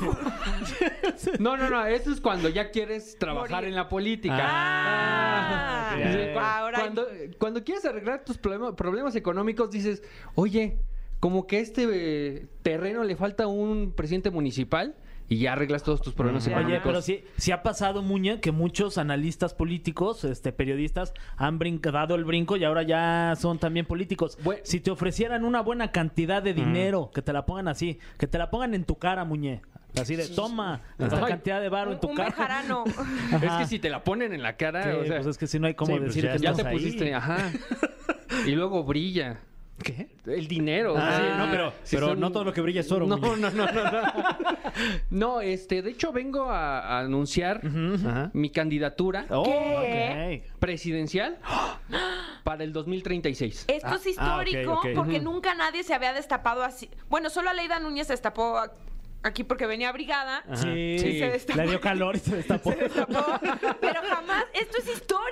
[SPEAKER 7] No, no, no, eso es cuando ya quieres trabajar
[SPEAKER 2] Morir.
[SPEAKER 7] en la política.
[SPEAKER 2] Ah,
[SPEAKER 7] Sí,
[SPEAKER 3] ya.
[SPEAKER 7] cu-
[SPEAKER 2] Ahora-
[SPEAKER 7] cuando, cuando quieres arreglar tus problema- problemas económicos dices, oye, como que a este eh, terreno le falta un presidente municipal y ya arreglas todos tus problemas
[SPEAKER 2] Ya.
[SPEAKER 4] Oye,
[SPEAKER 7] económicos.
[SPEAKER 4] pero sí, sí ha pasado, Muña, que muchos analistas políticos, este, periodistas, han brin- dado el brinco y ahora ya son también políticos.
[SPEAKER 7] Bue-
[SPEAKER 4] si te ofrecieran una buena cantidad de dinero, que te la pongan así, que te la pongan en tu cara, Muñe. Así de, toma, esta
[SPEAKER 7] Ay.
[SPEAKER 4] cantidad de varo en
[SPEAKER 2] un,
[SPEAKER 4] tu
[SPEAKER 2] un
[SPEAKER 4] cara.
[SPEAKER 2] bejarano.
[SPEAKER 7] Es
[SPEAKER 4] Ajá.
[SPEAKER 7] que si te la ponen en la cara,
[SPEAKER 4] Sí,
[SPEAKER 7] o sea,
[SPEAKER 4] pues es que si no hay cómo
[SPEAKER 3] Sí, pues
[SPEAKER 4] decir
[SPEAKER 3] ya
[SPEAKER 4] que
[SPEAKER 7] ya
[SPEAKER 3] estamos
[SPEAKER 4] estás
[SPEAKER 7] te
[SPEAKER 4] ahí. [LAUGHS]
[SPEAKER 7] pusiste, ajá. Y luego brilla.
[SPEAKER 4] ¿Qué?
[SPEAKER 7] El dinero.
[SPEAKER 3] Ah,
[SPEAKER 7] o sea,
[SPEAKER 3] no, pero,
[SPEAKER 7] si
[SPEAKER 3] pero
[SPEAKER 7] son-
[SPEAKER 3] no todo lo que brilla es oro.
[SPEAKER 7] No,
[SPEAKER 3] Muñe.
[SPEAKER 7] no, no, no, no. No, este, de hecho vengo a, a anunciar
[SPEAKER 3] Ajá.
[SPEAKER 7] mi candidatura
[SPEAKER 4] Oh,
[SPEAKER 2] ¿Qué?
[SPEAKER 4] ok.
[SPEAKER 7] presidencial para el 2036.
[SPEAKER 2] Esto es
[SPEAKER 3] Ah, ah, ok,
[SPEAKER 2] histórico
[SPEAKER 3] ok.
[SPEAKER 2] porque
[SPEAKER 7] Ujú.
[SPEAKER 2] nunca nadie se había destapado así. Bueno, solo Aleida Núñez destapó a- aquí porque venía abrigada.
[SPEAKER 3] Ajá.
[SPEAKER 4] Sí,
[SPEAKER 7] Sí.
[SPEAKER 2] Se destapó.
[SPEAKER 4] le dio calor y se
[SPEAKER 2] [LAUGHS]
[SPEAKER 4] destapó.
[SPEAKER 2] Este Destapó, pero jamás, esto es historia.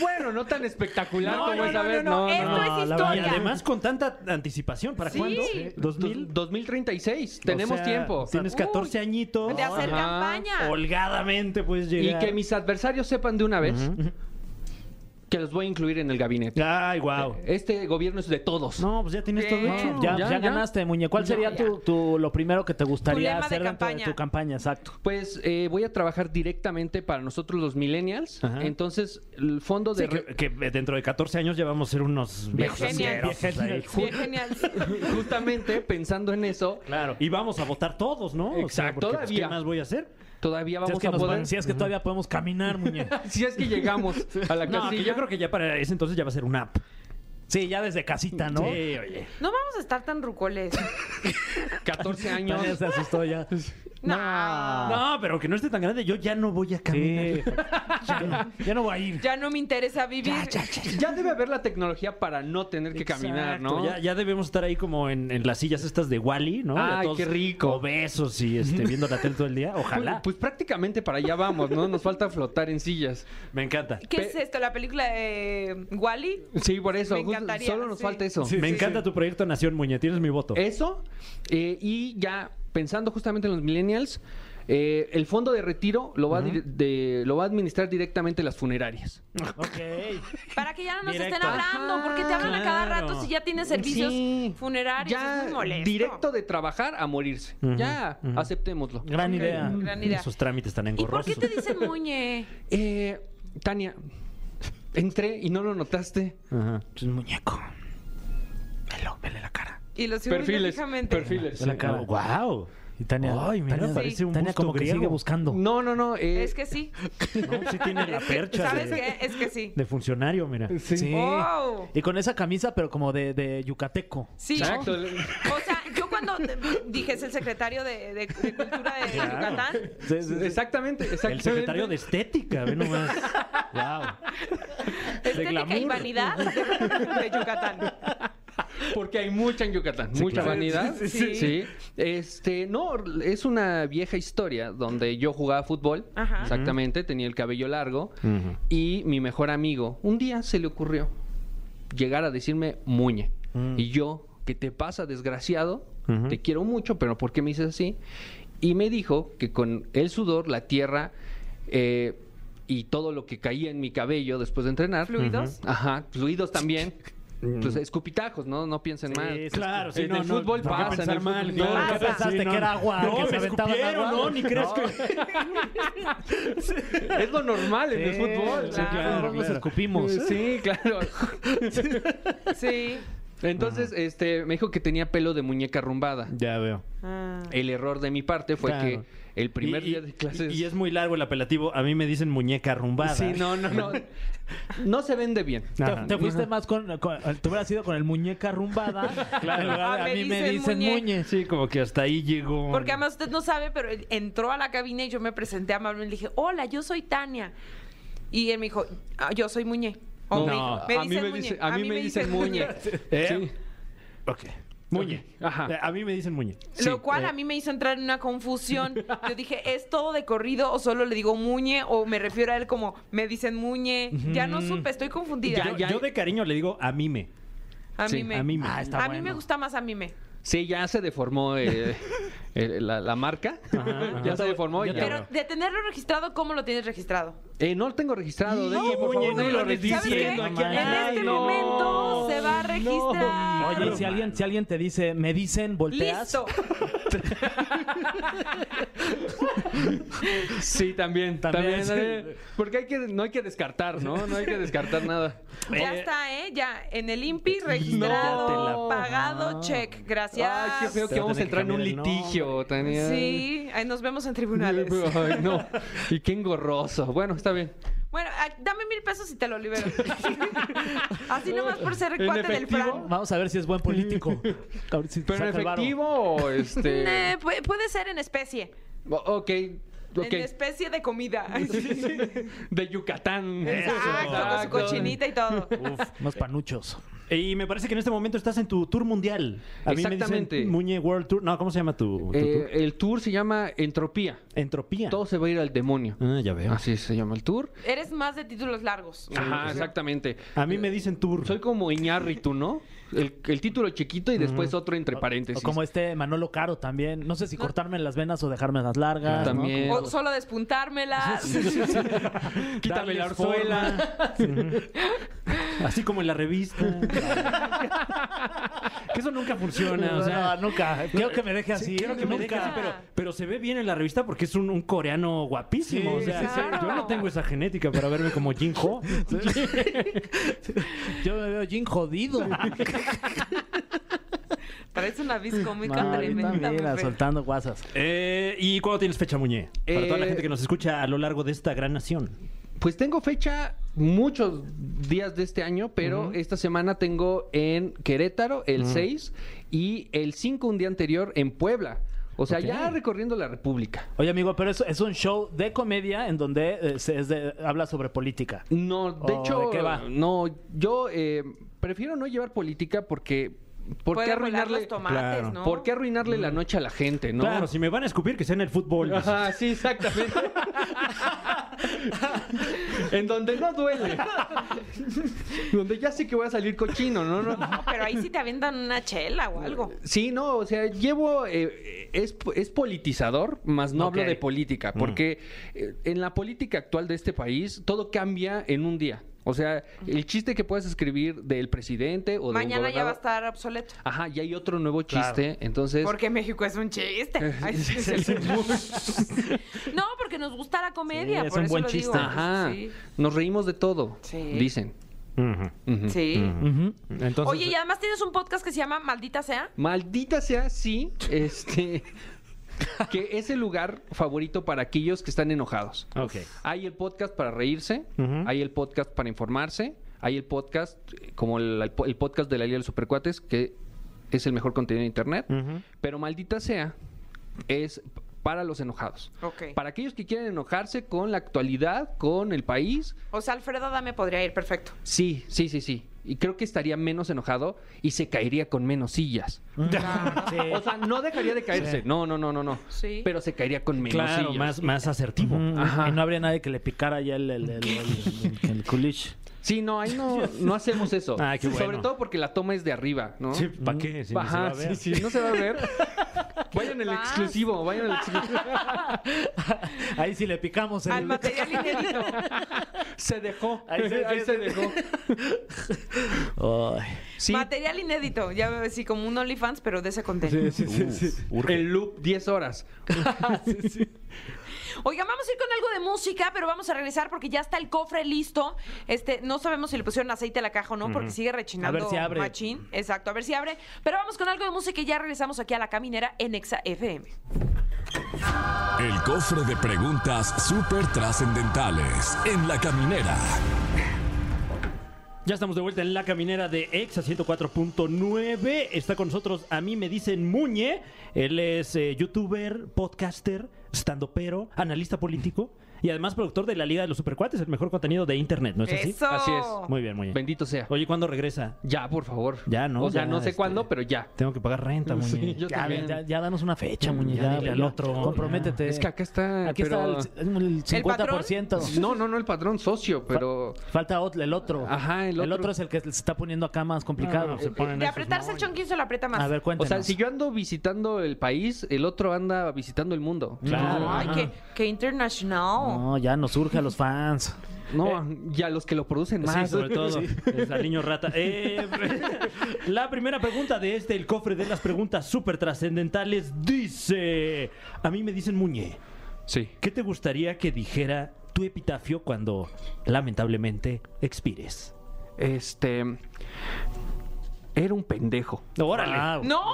[SPEAKER 7] Bueno, no tan espectacular
[SPEAKER 2] No,
[SPEAKER 7] como
[SPEAKER 2] no,
[SPEAKER 7] esa
[SPEAKER 2] no,
[SPEAKER 7] vez.
[SPEAKER 2] no, no, esto es
[SPEAKER 3] la
[SPEAKER 2] historia.
[SPEAKER 3] verdad, Y además con tanta anticipación. ¿Para
[SPEAKER 2] Sí.
[SPEAKER 3] cuándo?
[SPEAKER 2] Sí.
[SPEAKER 3] ¿2000?
[SPEAKER 7] 2036. Tenemos
[SPEAKER 3] O sea,
[SPEAKER 7] tiempo.
[SPEAKER 3] Tienes
[SPEAKER 2] Uy.
[SPEAKER 3] 14 añitos.
[SPEAKER 2] De hacer
[SPEAKER 7] Ajá.
[SPEAKER 2] campaña.
[SPEAKER 3] Holgadamente puedes
[SPEAKER 7] Y
[SPEAKER 3] llegar.
[SPEAKER 7] que mis adversarios sepan de una vez
[SPEAKER 3] Ujú.
[SPEAKER 7] que los voy a incluir en el gabinete.
[SPEAKER 3] Ay, wow.
[SPEAKER 2] Eh,
[SPEAKER 7] Este gobierno es de todos.
[SPEAKER 3] No, pues ya tienes todo
[SPEAKER 2] Bien.
[SPEAKER 3] hecho.
[SPEAKER 4] Ya, ya
[SPEAKER 7] Ya, ya.
[SPEAKER 4] ganaste, Muñe. ¿Cuál
[SPEAKER 2] Ya,
[SPEAKER 4] sería
[SPEAKER 2] ya.
[SPEAKER 4] tu, tu- lo primero que te gustaría
[SPEAKER 2] lema de
[SPEAKER 4] hacer dentro de
[SPEAKER 2] campaña.
[SPEAKER 4] tu campaña? Exacto.
[SPEAKER 7] Pues eh, voy a trabajar directamente para nosotros los millennials.
[SPEAKER 3] Ajá.
[SPEAKER 7] Entonces, el fondo de...
[SPEAKER 3] Sí, que, que eh, dentro de 14 años ya vamos a ser unos viejos
[SPEAKER 2] Genial.
[SPEAKER 3] asquerosos ahí.
[SPEAKER 2] Bien genial.
[SPEAKER 7] [LAUGHS] Justamente pensando en eso,
[SPEAKER 3] Claro. Y vamos a votar todos, ¿no? O sea,
[SPEAKER 7] Exacto,
[SPEAKER 3] porque, pues,
[SPEAKER 7] todavía.
[SPEAKER 3] ¿Qué más voy a hacer?
[SPEAKER 7] todavía
[SPEAKER 4] Si es,
[SPEAKER 7] vamos
[SPEAKER 4] que
[SPEAKER 7] a
[SPEAKER 4] nos
[SPEAKER 7] poder...
[SPEAKER 4] van- si es que todavía podemos
[SPEAKER 7] [LAUGHS]
[SPEAKER 4] caminar, Muñe.
[SPEAKER 7] Si es que llegamos a la
[SPEAKER 3] No, que
[SPEAKER 7] casilla.
[SPEAKER 3] yo creo que ya para ese entonces ya va a ser una app.
[SPEAKER 4] Sí, ya desde casita, ¿no?
[SPEAKER 3] Sí, oye.
[SPEAKER 2] No vamos a estar tan rucoles.
[SPEAKER 7] 14 años.
[SPEAKER 4] Tania se asustó
[SPEAKER 7] [LAUGHS]
[SPEAKER 4] ya.
[SPEAKER 2] No.
[SPEAKER 3] No, pero que no esté tan grande, yo ya no voy a caminar.
[SPEAKER 4] Sí.
[SPEAKER 7] [LAUGHS]
[SPEAKER 4] ya, no, ya no va a ir.
[SPEAKER 2] Ya no me interesa vivir.
[SPEAKER 7] Ya debe haber la tecnología para no tener que caminar,
[SPEAKER 3] Exacto,
[SPEAKER 7] ¿no?
[SPEAKER 3] Ya, ya debemos estar ahí como en, en las sillas estas de Wally, ¿no?
[SPEAKER 7] Ay,
[SPEAKER 3] Ya todos
[SPEAKER 7] qué rico.
[SPEAKER 3] Obesos y este, viendo la tele todo el
[SPEAKER 7] [LAUGHS]
[SPEAKER 3] día. Ojalá.
[SPEAKER 7] Pues, pues prácticamente para allá vamos, ¿no? Nos falta flotar en sillas.
[SPEAKER 3] Me encanta.
[SPEAKER 2] ¿Qué es esto? ¿La película de Wally?
[SPEAKER 7] Sí, por eso.
[SPEAKER 2] Me
[SPEAKER 7] justo-
[SPEAKER 2] encantaría,
[SPEAKER 7] solo nos
[SPEAKER 2] sí.
[SPEAKER 7] falta eso.
[SPEAKER 3] Me encanta tu proyecto Nación Muñe, tienes mi voto.
[SPEAKER 7] Eso. eh, y ya pensando justamente en los millennials, eh, el fondo de retiro lo va, a dir- de- lo va a administrar directamente las funerarias.
[SPEAKER 3] Ok.
[SPEAKER 2] Para que ya no nos
[SPEAKER 3] Directo.
[SPEAKER 2] estén hablando, porque te hablan a cada
[SPEAKER 3] Claro.
[SPEAKER 2] rato si ya tienes servicios
[SPEAKER 7] Sí.
[SPEAKER 2] funerarios. es
[SPEAKER 7] Ya
[SPEAKER 2] muy molesto.
[SPEAKER 7] directo de trabajar a morirse. Ya, aceptémoslo.
[SPEAKER 4] Gran idea.
[SPEAKER 2] Gran idea.
[SPEAKER 3] Esos trámites tan
[SPEAKER 2] ¿Y por
[SPEAKER 3] engorrosos.
[SPEAKER 2] qué te dicen muñe?
[SPEAKER 7] Eh, Tania, entré y no lo notaste.
[SPEAKER 3] Ajá.
[SPEAKER 4] Es un muñeco. Velo, vele la cara.
[SPEAKER 2] Y los
[SPEAKER 7] Perfiles. Perfiles.
[SPEAKER 4] De la cara.
[SPEAKER 3] Wow.
[SPEAKER 4] Y Tania,
[SPEAKER 3] Ay, mira,
[SPEAKER 4] Tania,
[SPEAKER 3] parece un
[SPEAKER 4] Tania
[SPEAKER 3] busto
[SPEAKER 4] como que
[SPEAKER 3] griego.
[SPEAKER 4] sigue buscando.
[SPEAKER 7] No, no, no. eh,
[SPEAKER 2] Es que sí.
[SPEAKER 3] [LAUGHS] No, sí tiene la
[SPEAKER 2] Es que-
[SPEAKER 3] percha
[SPEAKER 2] ¿Sabes
[SPEAKER 3] de,
[SPEAKER 2] qué? Es que sí.
[SPEAKER 3] de funcionario, mira.
[SPEAKER 4] Sí.
[SPEAKER 2] Wow.
[SPEAKER 4] Y con esa camisa, pero como de, de yucateco.
[SPEAKER 2] [LAUGHS] Sí.
[SPEAKER 7] Exacto.
[SPEAKER 2] O sea, yo cuando te- dije es el secretario de, de- de Cultura de
[SPEAKER 3] Claro.
[SPEAKER 2] Yucatán,
[SPEAKER 7] Exactamente, exactamente.
[SPEAKER 3] El secretario de estética, ve
[SPEAKER 2] [LAUGHS]
[SPEAKER 3] nomás. wow.
[SPEAKER 2] estética y
[SPEAKER 3] glamour.
[SPEAKER 2] vanidad de, de Yucatán.
[SPEAKER 7] Porque hay mucha en Yucatán, mucha
[SPEAKER 3] claro.
[SPEAKER 7] vanidad.
[SPEAKER 2] Sí, sí,
[SPEAKER 7] Sí,
[SPEAKER 2] sí.
[SPEAKER 7] Este, no, es una vieja historia donde yo jugaba fútbol,
[SPEAKER 2] Ajá.
[SPEAKER 7] exactamente, tenía el cabello largo y mi mejor amigo un día se le ocurrió llegar a decirme muñe.
[SPEAKER 4] Mm.
[SPEAKER 7] Y yo, ¿qué te pasa, desgraciado?
[SPEAKER 3] Ujú.
[SPEAKER 7] Te quiero mucho, pero ¿por qué me dices así? Y me dijo que con el sudor, la tierra eh, y todo lo que caía en mi cabello después de entrenar,
[SPEAKER 2] Fluidos.
[SPEAKER 7] Ajá, fluidos también.
[SPEAKER 4] Mm.
[SPEAKER 7] Pues escupitajos, ¿no? No piensen mal. Este,
[SPEAKER 3] claro, sí,
[SPEAKER 7] en
[SPEAKER 3] no,
[SPEAKER 7] el
[SPEAKER 3] no,
[SPEAKER 7] fútbol
[SPEAKER 3] no hay que
[SPEAKER 7] pasa. en
[SPEAKER 3] pensar
[SPEAKER 7] el
[SPEAKER 3] mal,
[SPEAKER 7] fútbol-
[SPEAKER 3] claro,
[SPEAKER 7] No,
[SPEAKER 2] ¿qué
[SPEAKER 7] pasa.
[SPEAKER 4] pensaste?
[SPEAKER 3] Sí, no.
[SPEAKER 4] que era agua.
[SPEAKER 3] No,
[SPEAKER 4] que se
[SPEAKER 3] me
[SPEAKER 4] aventaban
[SPEAKER 3] escupieron,
[SPEAKER 4] agua.
[SPEAKER 3] no, ni crees
[SPEAKER 4] No.
[SPEAKER 3] que...
[SPEAKER 7] [LAUGHS] Es lo normal en el fútbol.
[SPEAKER 4] Sí, claro,
[SPEAKER 3] claro.
[SPEAKER 4] nos escupimos.
[SPEAKER 7] Sí, claro.
[SPEAKER 4] [LAUGHS]
[SPEAKER 2] Sí.
[SPEAKER 7] Entonces, este, me dijo que tenía pelo de muñeca arrumbada.
[SPEAKER 3] Ya veo.
[SPEAKER 2] Ah.
[SPEAKER 7] El error de mi parte fue
[SPEAKER 3] Claro.
[SPEAKER 7] que el primer
[SPEAKER 3] Y-
[SPEAKER 7] día
[SPEAKER 3] y-
[SPEAKER 7] de clases.
[SPEAKER 3] Y, y es muy largo el apelativo. A mí me dicen muñeca arrumbada.
[SPEAKER 7] [LAUGHS] Sí, no, no, no. No se vende bien.
[SPEAKER 3] Ajá.
[SPEAKER 4] Te, te fuiste más con, con- Te hubieras ido con el muñeca
[SPEAKER 7] [LAUGHS]
[SPEAKER 4] arrumbada. en lugar de,
[SPEAKER 2] Ah,
[SPEAKER 4] a
[SPEAKER 2] me
[SPEAKER 4] mí me
[SPEAKER 2] dicen
[SPEAKER 4] dicen
[SPEAKER 2] muñe".
[SPEAKER 4] muñe.
[SPEAKER 3] Sí, como que hasta ahí llegó.
[SPEAKER 2] Porque además usted no sabe, pero él entró a la cabina y yo me presenté amablemente y le dije, hola, yo soy Tania. Y él me dijo, "Ah, yo soy Muñe. O
[SPEAKER 7] No,
[SPEAKER 2] me dijo, "Me
[SPEAKER 7] a mí
[SPEAKER 2] dicen
[SPEAKER 7] me
[SPEAKER 2] Muñe,
[SPEAKER 7] dice- a mí me dicen Muñe.
[SPEAKER 3] ¿Eh?
[SPEAKER 7] Sí.
[SPEAKER 3] Ok. Muñe.
[SPEAKER 7] Ajá.
[SPEAKER 3] Eh, A mí me dicen muñe.
[SPEAKER 2] Lo
[SPEAKER 7] eh.
[SPEAKER 2] cual a mí me hizo entrar en una confusión. Yo dije, ¿es todo de corrido o solo le digo Muñe o me refiero a él como me dicen Muñe? Ya
[SPEAKER 7] Mm.
[SPEAKER 2] no supe, estoy confundida.
[SPEAKER 3] Yo, yo de cariño le digo a mime.
[SPEAKER 2] a mí
[SPEAKER 7] sí,
[SPEAKER 2] me.
[SPEAKER 3] a mí me.
[SPEAKER 4] Ah,
[SPEAKER 2] a
[SPEAKER 4] está
[SPEAKER 2] mí me
[SPEAKER 4] bueno.
[SPEAKER 2] gusta más a mí me.
[SPEAKER 7] Sí, ya se deformó eh, eh, la, la marca.
[SPEAKER 3] Ajá,
[SPEAKER 7] [LAUGHS] ya
[SPEAKER 3] ajá.
[SPEAKER 7] se deformó. y
[SPEAKER 3] Ya
[SPEAKER 7] ya-
[SPEAKER 2] Pero de tenerlo registrado, ¿cómo lo tienes registrado?
[SPEAKER 7] Eh, no lo tengo registrado. de
[SPEAKER 3] No,
[SPEAKER 7] por
[SPEAKER 3] Muñe,
[SPEAKER 7] favor,
[SPEAKER 3] no
[SPEAKER 7] me
[SPEAKER 3] lo
[SPEAKER 2] ¿Sabes qué?
[SPEAKER 3] diciendo
[SPEAKER 2] En
[SPEAKER 3] aquí a
[SPEAKER 2] este
[SPEAKER 3] nadie.
[SPEAKER 2] momento se va a registrar.
[SPEAKER 4] Oye, y si alguien, si alguien te dice, me dicen, volteas.
[SPEAKER 7] [LAUGHS]
[SPEAKER 2] Listo.
[SPEAKER 7] Sí, también,
[SPEAKER 4] También,
[SPEAKER 7] también.
[SPEAKER 4] sí.
[SPEAKER 7] también. Porque hay que, no hay que descartar, ¿no? No hay que descartar nada.
[SPEAKER 2] Ya
[SPEAKER 3] Eh,
[SPEAKER 2] está, ¿eh? Ya, en el
[SPEAKER 7] [LAUGHS]
[SPEAKER 2] INPI registrado,
[SPEAKER 3] No.
[SPEAKER 2] pagado, check. Gracias.
[SPEAKER 7] Ay, qué feo
[SPEAKER 3] Te
[SPEAKER 7] que
[SPEAKER 3] va a
[SPEAKER 7] vamos a
[SPEAKER 3] tener que
[SPEAKER 7] entrar en un
[SPEAKER 3] cambiar el
[SPEAKER 7] litigio, Tania.
[SPEAKER 2] Sí, ahí nos vemos en tribunales.
[SPEAKER 7] [LAUGHS] Ay,
[SPEAKER 2] [LAUGHS]
[SPEAKER 7] no. Y qué engorroso. Bueno, está bien.
[SPEAKER 2] Bueno, ah, dame mil pesos y te lo
[SPEAKER 7] [LAUGHS]
[SPEAKER 2] libero. Así nomás por ser
[SPEAKER 7] ¿En
[SPEAKER 2] cuate del
[SPEAKER 7] efectivo?
[SPEAKER 2] Fran.
[SPEAKER 4] Vamos a ver si es buen
[SPEAKER 7] [LAUGHS]
[SPEAKER 4] político. A ver si
[SPEAKER 7] ¿Pero en
[SPEAKER 4] saca el varo.
[SPEAKER 7] efectivo
[SPEAKER 2] [LAUGHS]
[SPEAKER 7] o este...?
[SPEAKER 2] Eh, pu- puede ser en especie.
[SPEAKER 7] O- ok, ok.
[SPEAKER 2] En especie de
[SPEAKER 7] [LAUGHS]
[SPEAKER 2] comida.
[SPEAKER 7] De Yucatán.
[SPEAKER 2] Exacto, con su
[SPEAKER 7] Exacto.
[SPEAKER 2] cochinita y todo.
[SPEAKER 4] Uf, unos panuchos.
[SPEAKER 3] Y me parece que en este momento estás en tu tour mundial. A mí me
[SPEAKER 7] Exactamente.
[SPEAKER 3] dicen Muñe World Tour. No, ¿cómo se llama tu, tu
[SPEAKER 7] Eh,
[SPEAKER 3] tour?
[SPEAKER 7] el tour se llama Entropía.
[SPEAKER 3] Entropía.
[SPEAKER 7] Todo se va a ir al demonio.
[SPEAKER 3] Ah, ya veo.
[SPEAKER 7] Así se llama el tour.
[SPEAKER 2] Eres más de títulos largos.
[SPEAKER 7] Ajá, exactamente.
[SPEAKER 3] A mí me dicen tour.
[SPEAKER 7] Soy como Iñárritu, ¿no? El, el título chiquito y después otro entre
[SPEAKER 4] O
[SPEAKER 7] paréntesis.
[SPEAKER 4] como este Manolo Caro también. No sé si cortarme las venas o dejarme las largas. ¿no?
[SPEAKER 7] También.
[SPEAKER 2] O solo despuntármelas.
[SPEAKER 7] [LAUGHS]
[SPEAKER 3] Quítame la
[SPEAKER 4] Darles forma.
[SPEAKER 3] orzuela. Ujú. Así como en la revista. que eso nunca funciona. O sea,
[SPEAKER 4] no, Ah, nunca. Quiero que me deje así.
[SPEAKER 3] quiero que me
[SPEAKER 4] nunca.
[SPEAKER 3] dejes, pero, pero se ve bien en la revista porque es un, un coreano guapísimo.
[SPEAKER 4] Sí,
[SPEAKER 3] o sea,
[SPEAKER 2] sí, sí.
[SPEAKER 3] yo no tengo esa genética para verme como Jin Ho.
[SPEAKER 4] Yo [LAUGHS] me veo Jin jodido.
[SPEAKER 2] Traes una viscómica
[SPEAKER 4] No,
[SPEAKER 2] tremenda.
[SPEAKER 4] ahorita mira,
[SPEAKER 2] mujer.
[SPEAKER 4] soltando guasas.
[SPEAKER 3] Eh, ¿Y cuándo tienes fecha, Muñe? Para toda la
[SPEAKER 7] Eh,
[SPEAKER 3] gente que nos escucha a lo largo de esta gran nación.
[SPEAKER 7] Pues tengo fecha muchos días de este año, pero esta semana tengo en Querétaro el 6 y el 5 un día anterior en Puebla. O sea, ya recorriendo la República.
[SPEAKER 4] Oye, amigo, pero es, es un show de comedia en donde eh, se, es de- habla sobre política.
[SPEAKER 7] No, de
[SPEAKER 4] ¿O
[SPEAKER 7] hecho,
[SPEAKER 4] Oh, de qué va?
[SPEAKER 7] no, yo eh, prefiero no llevar política porque... ¿Por qué
[SPEAKER 2] Puede volar
[SPEAKER 7] arruinarle,
[SPEAKER 2] los tomates,
[SPEAKER 3] Claro.
[SPEAKER 2] ¿no?
[SPEAKER 7] ¿por qué arruinarle
[SPEAKER 4] Mm.
[SPEAKER 7] la noche a la gente, no?
[SPEAKER 3] Claro, si me van a escupir, que sea en el fútbol.
[SPEAKER 7] Ajá, sí,
[SPEAKER 4] [LAUGHS]
[SPEAKER 7] exactamente. en donde
[SPEAKER 4] [LAUGHS]
[SPEAKER 7] no duele. donde ya sé que voy a salir cochino, ¿no? no.
[SPEAKER 2] No, pero ahí sí te avientan una chela o algo.
[SPEAKER 7] Sí, no, o sea, llevo. eh, es, es politizador, más no hablo
[SPEAKER 4] Ok.
[SPEAKER 7] de política, porque eh, en la política actual de este país todo cambia en un día. O sea, el chiste que puedes escribir del presidente o de un
[SPEAKER 2] Mañana ya va a
[SPEAKER 7] gobernador-
[SPEAKER 2] estar obsoleto.
[SPEAKER 7] Ajá, ya hay otro nuevo chiste, entonces. [LAUGHS]
[SPEAKER 2] Porque México es un chiste. Ay, sí, sí, sí. no, porque nos gusta la comedia.
[SPEAKER 4] Sí, es
[SPEAKER 2] por
[SPEAKER 4] un
[SPEAKER 2] eso
[SPEAKER 4] buen
[SPEAKER 2] lo digo.
[SPEAKER 4] chiste.
[SPEAKER 7] Ajá,
[SPEAKER 2] Sí.
[SPEAKER 7] nos reímos de todo,
[SPEAKER 2] Sí.
[SPEAKER 7] dicen.
[SPEAKER 3] Ujú.
[SPEAKER 7] Ujú.
[SPEAKER 2] Sí.
[SPEAKER 3] Entonces,
[SPEAKER 2] Oye, y además tienes un podcast que se llama Maldita sea.
[SPEAKER 7] Maldita sea, sí, [LAUGHS] este. que es el lugar favorito para aquellos que están enojados.
[SPEAKER 3] Ok.
[SPEAKER 7] Hay el podcast para reírse,
[SPEAKER 3] Ujú.
[SPEAKER 7] hay el podcast para informarse, hay el podcast, eh, como el, el po- el podcast de la Liga de los Supercuates, que es el mejor contenido de Internet.
[SPEAKER 3] Ujú.
[SPEAKER 7] Pero maldita sea, es p- para los enojados.
[SPEAKER 2] Ok.
[SPEAKER 7] Para aquellos que quieren enojarse con la actualidad, con el país,
[SPEAKER 2] O sea, Alfredo Dame podría ir, perfecto.
[SPEAKER 7] sí, sí, sí, sí. Y creo que estaría menos enojado y se caería con
[SPEAKER 3] [LAUGHS]
[SPEAKER 7] menos sillas.
[SPEAKER 4] Sí.
[SPEAKER 7] O sea, no dejaría de caerse. No, no, no, no, no.
[SPEAKER 2] Sí.
[SPEAKER 7] Pero se caería con menos
[SPEAKER 3] Claro,
[SPEAKER 7] sillas.
[SPEAKER 3] más, más asertivo.
[SPEAKER 4] Mm,
[SPEAKER 7] Ajá.
[SPEAKER 4] Y no habría nadie que le picara ya el, el, el, el- el- el culich.
[SPEAKER 7] Sí, no, ahí no, no hacemos eso.
[SPEAKER 3] [LAUGHS] Ah, qué
[SPEAKER 7] Sobre
[SPEAKER 3] bueno.
[SPEAKER 7] todo porque la toma es de arriba, ¿no?
[SPEAKER 3] Sí, ¿Para qué? Si no se
[SPEAKER 7] Ajá,
[SPEAKER 3] va a ver. [LAUGHS]
[SPEAKER 7] sí, sí, no se va a ver. vayan el
[SPEAKER 2] pasa?
[SPEAKER 7] exclusivo, vayan el exclusivo.
[SPEAKER 3] [LAUGHS]
[SPEAKER 4] Ahí sí le picamos el...
[SPEAKER 2] Al material inédito.
[SPEAKER 7] se dejó.
[SPEAKER 4] Ahí
[SPEAKER 7] Ahí
[SPEAKER 4] se-
[SPEAKER 7] se, dejó.
[SPEAKER 4] Ay.
[SPEAKER 7] Sí.
[SPEAKER 2] Material inédito. Ya veo así como un OnlyFans, pero de ese contenido.
[SPEAKER 7] El loop 10 horas.
[SPEAKER 2] Oigan, vamos a ir con algo de música, pero vamos a regresar porque ya está el cofre listo. Este, no sabemos si le pusieron aceite a la caja o no, porque sigue rechinando
[SPEAKER 4] A ver si abre.
[SPEAKER 2] machín. Exacto, a ver si abre. Pero vamos con algo de música y ya regresamos aquí a la caminera en Exa FM.
[SPEAKER 1] El cofre de preguntas súper trascendentales en la caminera.
[SPEAKER 3] Ya estamos de vuelta en la caminera de Exa 104.9. Está con nosotros, a mí me dicen Muñe. Él es eh, youtuber, podcaster, standupero, analista político y además productor de la Liga de los Supercuates, el mejor contenido de internet, ¿no es así?
[SPEAKER 2] Eso.
[SPEAKER 7] Así es.
[SPEAKER 3] Muy bien, Muñe.
[SPEAKER 7] Bendito sea.
[SPEAKER 3] Oye, ¿cuándo regresa?
[SPEAKER 7] Ya, por favor.
[SPEAKER 3] Ya, ¿no?
[SPEAKER 7] O sea,
[SPEAKER 3] Ya,
[SPEAKER 7] no sé
[SPEAKER 3] este-
[SPEAKER 7] cuándo, pero ya.
[SPEAKER 3] Tengo que pagar renta, [LAUGHS] Muñe.
[SPEAKER 7] yo
[SPEAKER 4] Ya,
[SPEAKER 7] también.
[SPEAKER 4] ya, ya danos una fecha, Muñe.
[SPEAKER 3] Mm, Ya
[SPEAKER 4] Ya,
[SPEAKER 3] dile al
[SPEAKER 4] ya.
[SPEAKER 3] otro.
[SPEAKER 4] Comprométete.
[SPEAKER 7] Es que acá está.
[SPEAKER 4] Aquí
[SPEAKER 7] pero-
[SPEAKER 4] está el, el 50%.
[SPEAKER 7] No, no, no, el patrón socio, pero.
[SPEAKER 4] Falta ot- el otro.
[SPEAKER 7] Ajá, el
[SPEAKER 4] El
[SPEAKER 7] otro. Ah,
[SPEAKER 4] otro es el que se está poniendo acá más complicado.
[SPEAKER 3] No, se ponen
[SPEAKER 2] De
[SPEAKER 3] esos,
[SPEAKER 2] apretarse el
[SPEAKER 3] Muñe.
[SPEAKER 2] chonquín se lo aprieta más.
[SPEAKER 4] A ver,
[SPEAKER 7] O
[SPEAKER 4] cuéntanos.
[SPEAKER 7] sea, si yo ando visitando el país, el otro anda visitando el mundo.
[SPEAKER 4] Claro.
[SPEAKER 2] Ay,
[SPEAKER 4] ajá.
[SPEAKER 2] qué, qué internacional.
[SPEAKER 4] No, ya nos surge a los fans.
[SPEAKER 7] No, y a los que lo producen
[SPEAKER 3] Eh. Sí,
[SPEAKER 7] más.
[SPEAKER 3] sobre todo. Es al niño rata. Eh, [LAUGHS] la primera pregunta de este, el cofre de las preguntas súper trascendentales, dice... A mí me dicen Muñe.
[SPEAKER 7] [LAUGHS] Sí.
[SPEAKER 3] ¿Qué te gustaría que dijera tu epitafio cuando lamentablemente expires?
[SPEAKER 7] Este. Era un pendejo.
[SPEAKER 3] ¡Órale!
[SPEAKER 4] Wow.
[SPEAKER 2] No.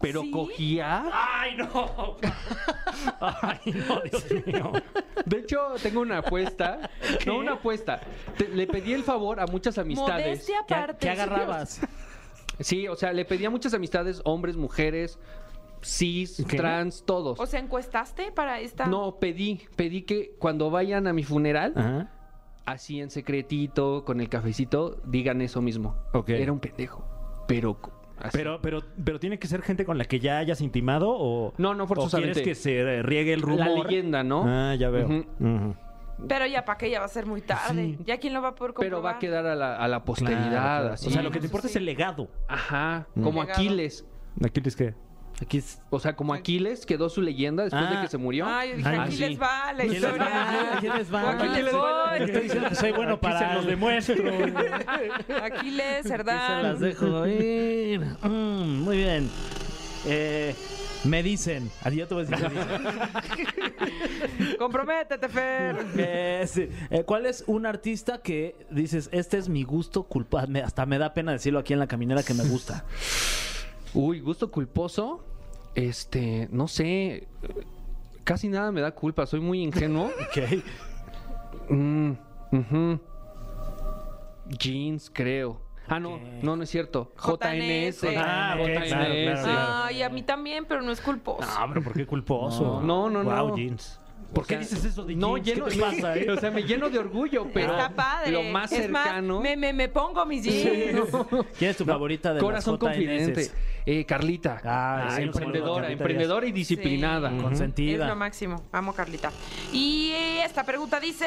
[SPEAKER 7] Pero
[SPEAKER 2] ¿Sí?
[SPEAKER 7] cogía.
[SPEAKER 3] ¡Ay, no! [LAUGHS] ¡Ay, no, Dios [LAUGHS] mío!
[SPEAKER 7] De hecho, tengo
[SPEAKER 2] [LAUGHS]
[SPEAKER 7] una apuesta. No, una apuesta. Te- le pedí el favor a muchas amistades.
[SPEAKER 2] Modestia
[SPEAKER 4] ¿Qué,
[SPEAKER 2] aparte.
[SPEAKER 4] qué agarrabas?
[SPEAKER 7] Sí, o sea, le pedí a muchas amistades, hombres, mujeres, cis,
[SPEAKER 3] ¿Qué?
[SPEAKER 7] trans, todos.
[SPEAKER 2] O sea, ¿encuestaste para esta?
[SPEAKER 7] no, pedí, pedí que cuando vayan a mi funeral, así en secretito, con el cafecito, digan eso mismo.
[SPEAKER 3] Ok.
[SPEAKER 7] Era un pendejo, pero... co- así.
[SPEAKER 3] Pero, pero, pero tiene que ser gente con la que ya hayas intimado o.
[SPEAKER 7] No, no
[SPEAKER 3] o
[SPEAKER 7] forzosamente.
[SPEAKER 3] quieres que se eh, riegue el rumor.
[SPEAKER 7] La leyenda, ¿no?
[SPEAKER 3] Ah, ya veo.
[SPEAKER 7] Ujú.
[SPEAKER 3] Ujú.
[SPEAKER 2] Pero ya para qué, ya va a ser muy tarde.
[SPEAKER 3] Sí.
[SPEAKER 2] Ya quién lo va a poder comprobar.
[SPEAKER 7] Pero va a quedar a la, a la posteridad,
[SPEAKER 3] Claro, claro.
[SPEAKER 7] así.
[SPEAKER 3] O sea, lo que te
[SPEAKER 2] Sí.
[SPEAKER 3] importa es el legado.
[SPEAKER 7] Ajá,
[SPEAKER 3] Mm.
[SPEAKER 7] como
[SPEAKER 2] Legado.
[SPEAKER 7] Aquiles.
[SPEAKER 3] Aquí es que.
[SPEAKER 7] Aquí es- O sea, como Aquiles quedó su leyenda después de
[SPEAKER 3] Ah.
[SPEAKER 7] que se murió.
[SPEAKER 2] Ay, yo dije,
[SPEAKER 3] Ah,
[SPEAKER 2] aquí
[SPEAKER 3] sí.
[SPEAKER 2] les va la
[SPEAKER 4] ¿Quién les
[SPEAKER 2] historia.
[SPEAKER 4] va? ¿Quién les va?
[SPEAKER 2] Aquí
[SPEAKER 7] ¿Quién
[SPEAKER 2] les
[SPEAKER 7] les va?
[SPEAKER 2] voy.
[SPEAKER 4] Estoy diciendo que soy bueno
[SPEAKER 3] Aquí se
[SPEAKER 4] para
[SPEAKER 3] los
[SPEAKER 4] el-
[SPEAKER 3] demuestro.
[SPEAKER 2] [LAUGHS] Aquiles,
[SPEAKER 4] Aquí se
[SPEAKER 2] Cerdán.
[SPEAKER 4] las dejo ir. Mm, muy bien. Eh, me dicen. Ah, ya te voy a decir. me dicen.
[SPEAKER 2] Comprométete, Fer.
[SPEAKER 4] Eh, sí. Eh, ¿Cuál es un artista que dices, este es mi gusto culpable? Hasta me da pena decirlo aquí en la caminera que me gusta.
[SPEAKER 7] Uy, gusto culposo. Este, no sé. Casi nada me da culpa, soy
[SPEAKER 3] [LAUGHS]
[SPEAKER 7] muy ingenuo.
[SPEAKER 4] Ok.
[SPEAKER 7] Mm, ujú. Jeans, creo. Ah, no, no, no es cierto. JNS.
[SPEAKER 2] JNS.
[SPEAKER 3] Ah, ok, claro,
[SPEAKER 7] JNS.
[SPEAKER 3] claro.
[SPEAKER 2] Ay, a mí también, pero no es culposo.
[SPEAKER 3] [LAUGHS] No, pero ¿por qué culposo?
[SPEAKER 7] No, no, no.
[SPEAKER 3] Wow, jeans.
[SPEAKER 7] ¿Por qué dices eso de no,
[SPEAKER 3] jeans?
[SPEAKER 7] Lleno,
[SPEAKER 3] ¿Qué te pasa,
[SPEAKER 7] [LAUGHS]
[SPEAKER 3] eh?
[SPEAKER 7] O sea, me lleno de orgullo, pero
[SPEAKER 2] Está padre.
[SPEAKER 7] lo más
[SPEAKER 2] Es
[SPEAKER 7] cercano.
[SPEAKER 2] me, me, me pongo mis jeans.
[SPEAKER 4] ¿Quién es tu favorita de
[SPEAKER 7] Corazón
[SPEAKER 4] las JNS?
[SPEAKER 7] confidente. Eh, Carlita.
[SPEAKER 4] Ah, sí,
[SPEAKER 7] emprendedora,
[SPEAKER 4] Carlita
[SPEAKER 7] emprendedora y disciplinada.
[SPEAKER 2] Sí. Es
[SPEAKER 4] Consentida.
[SPEAKER 2] lo máximo. Amo a Carlita. Y esta pregunta dice: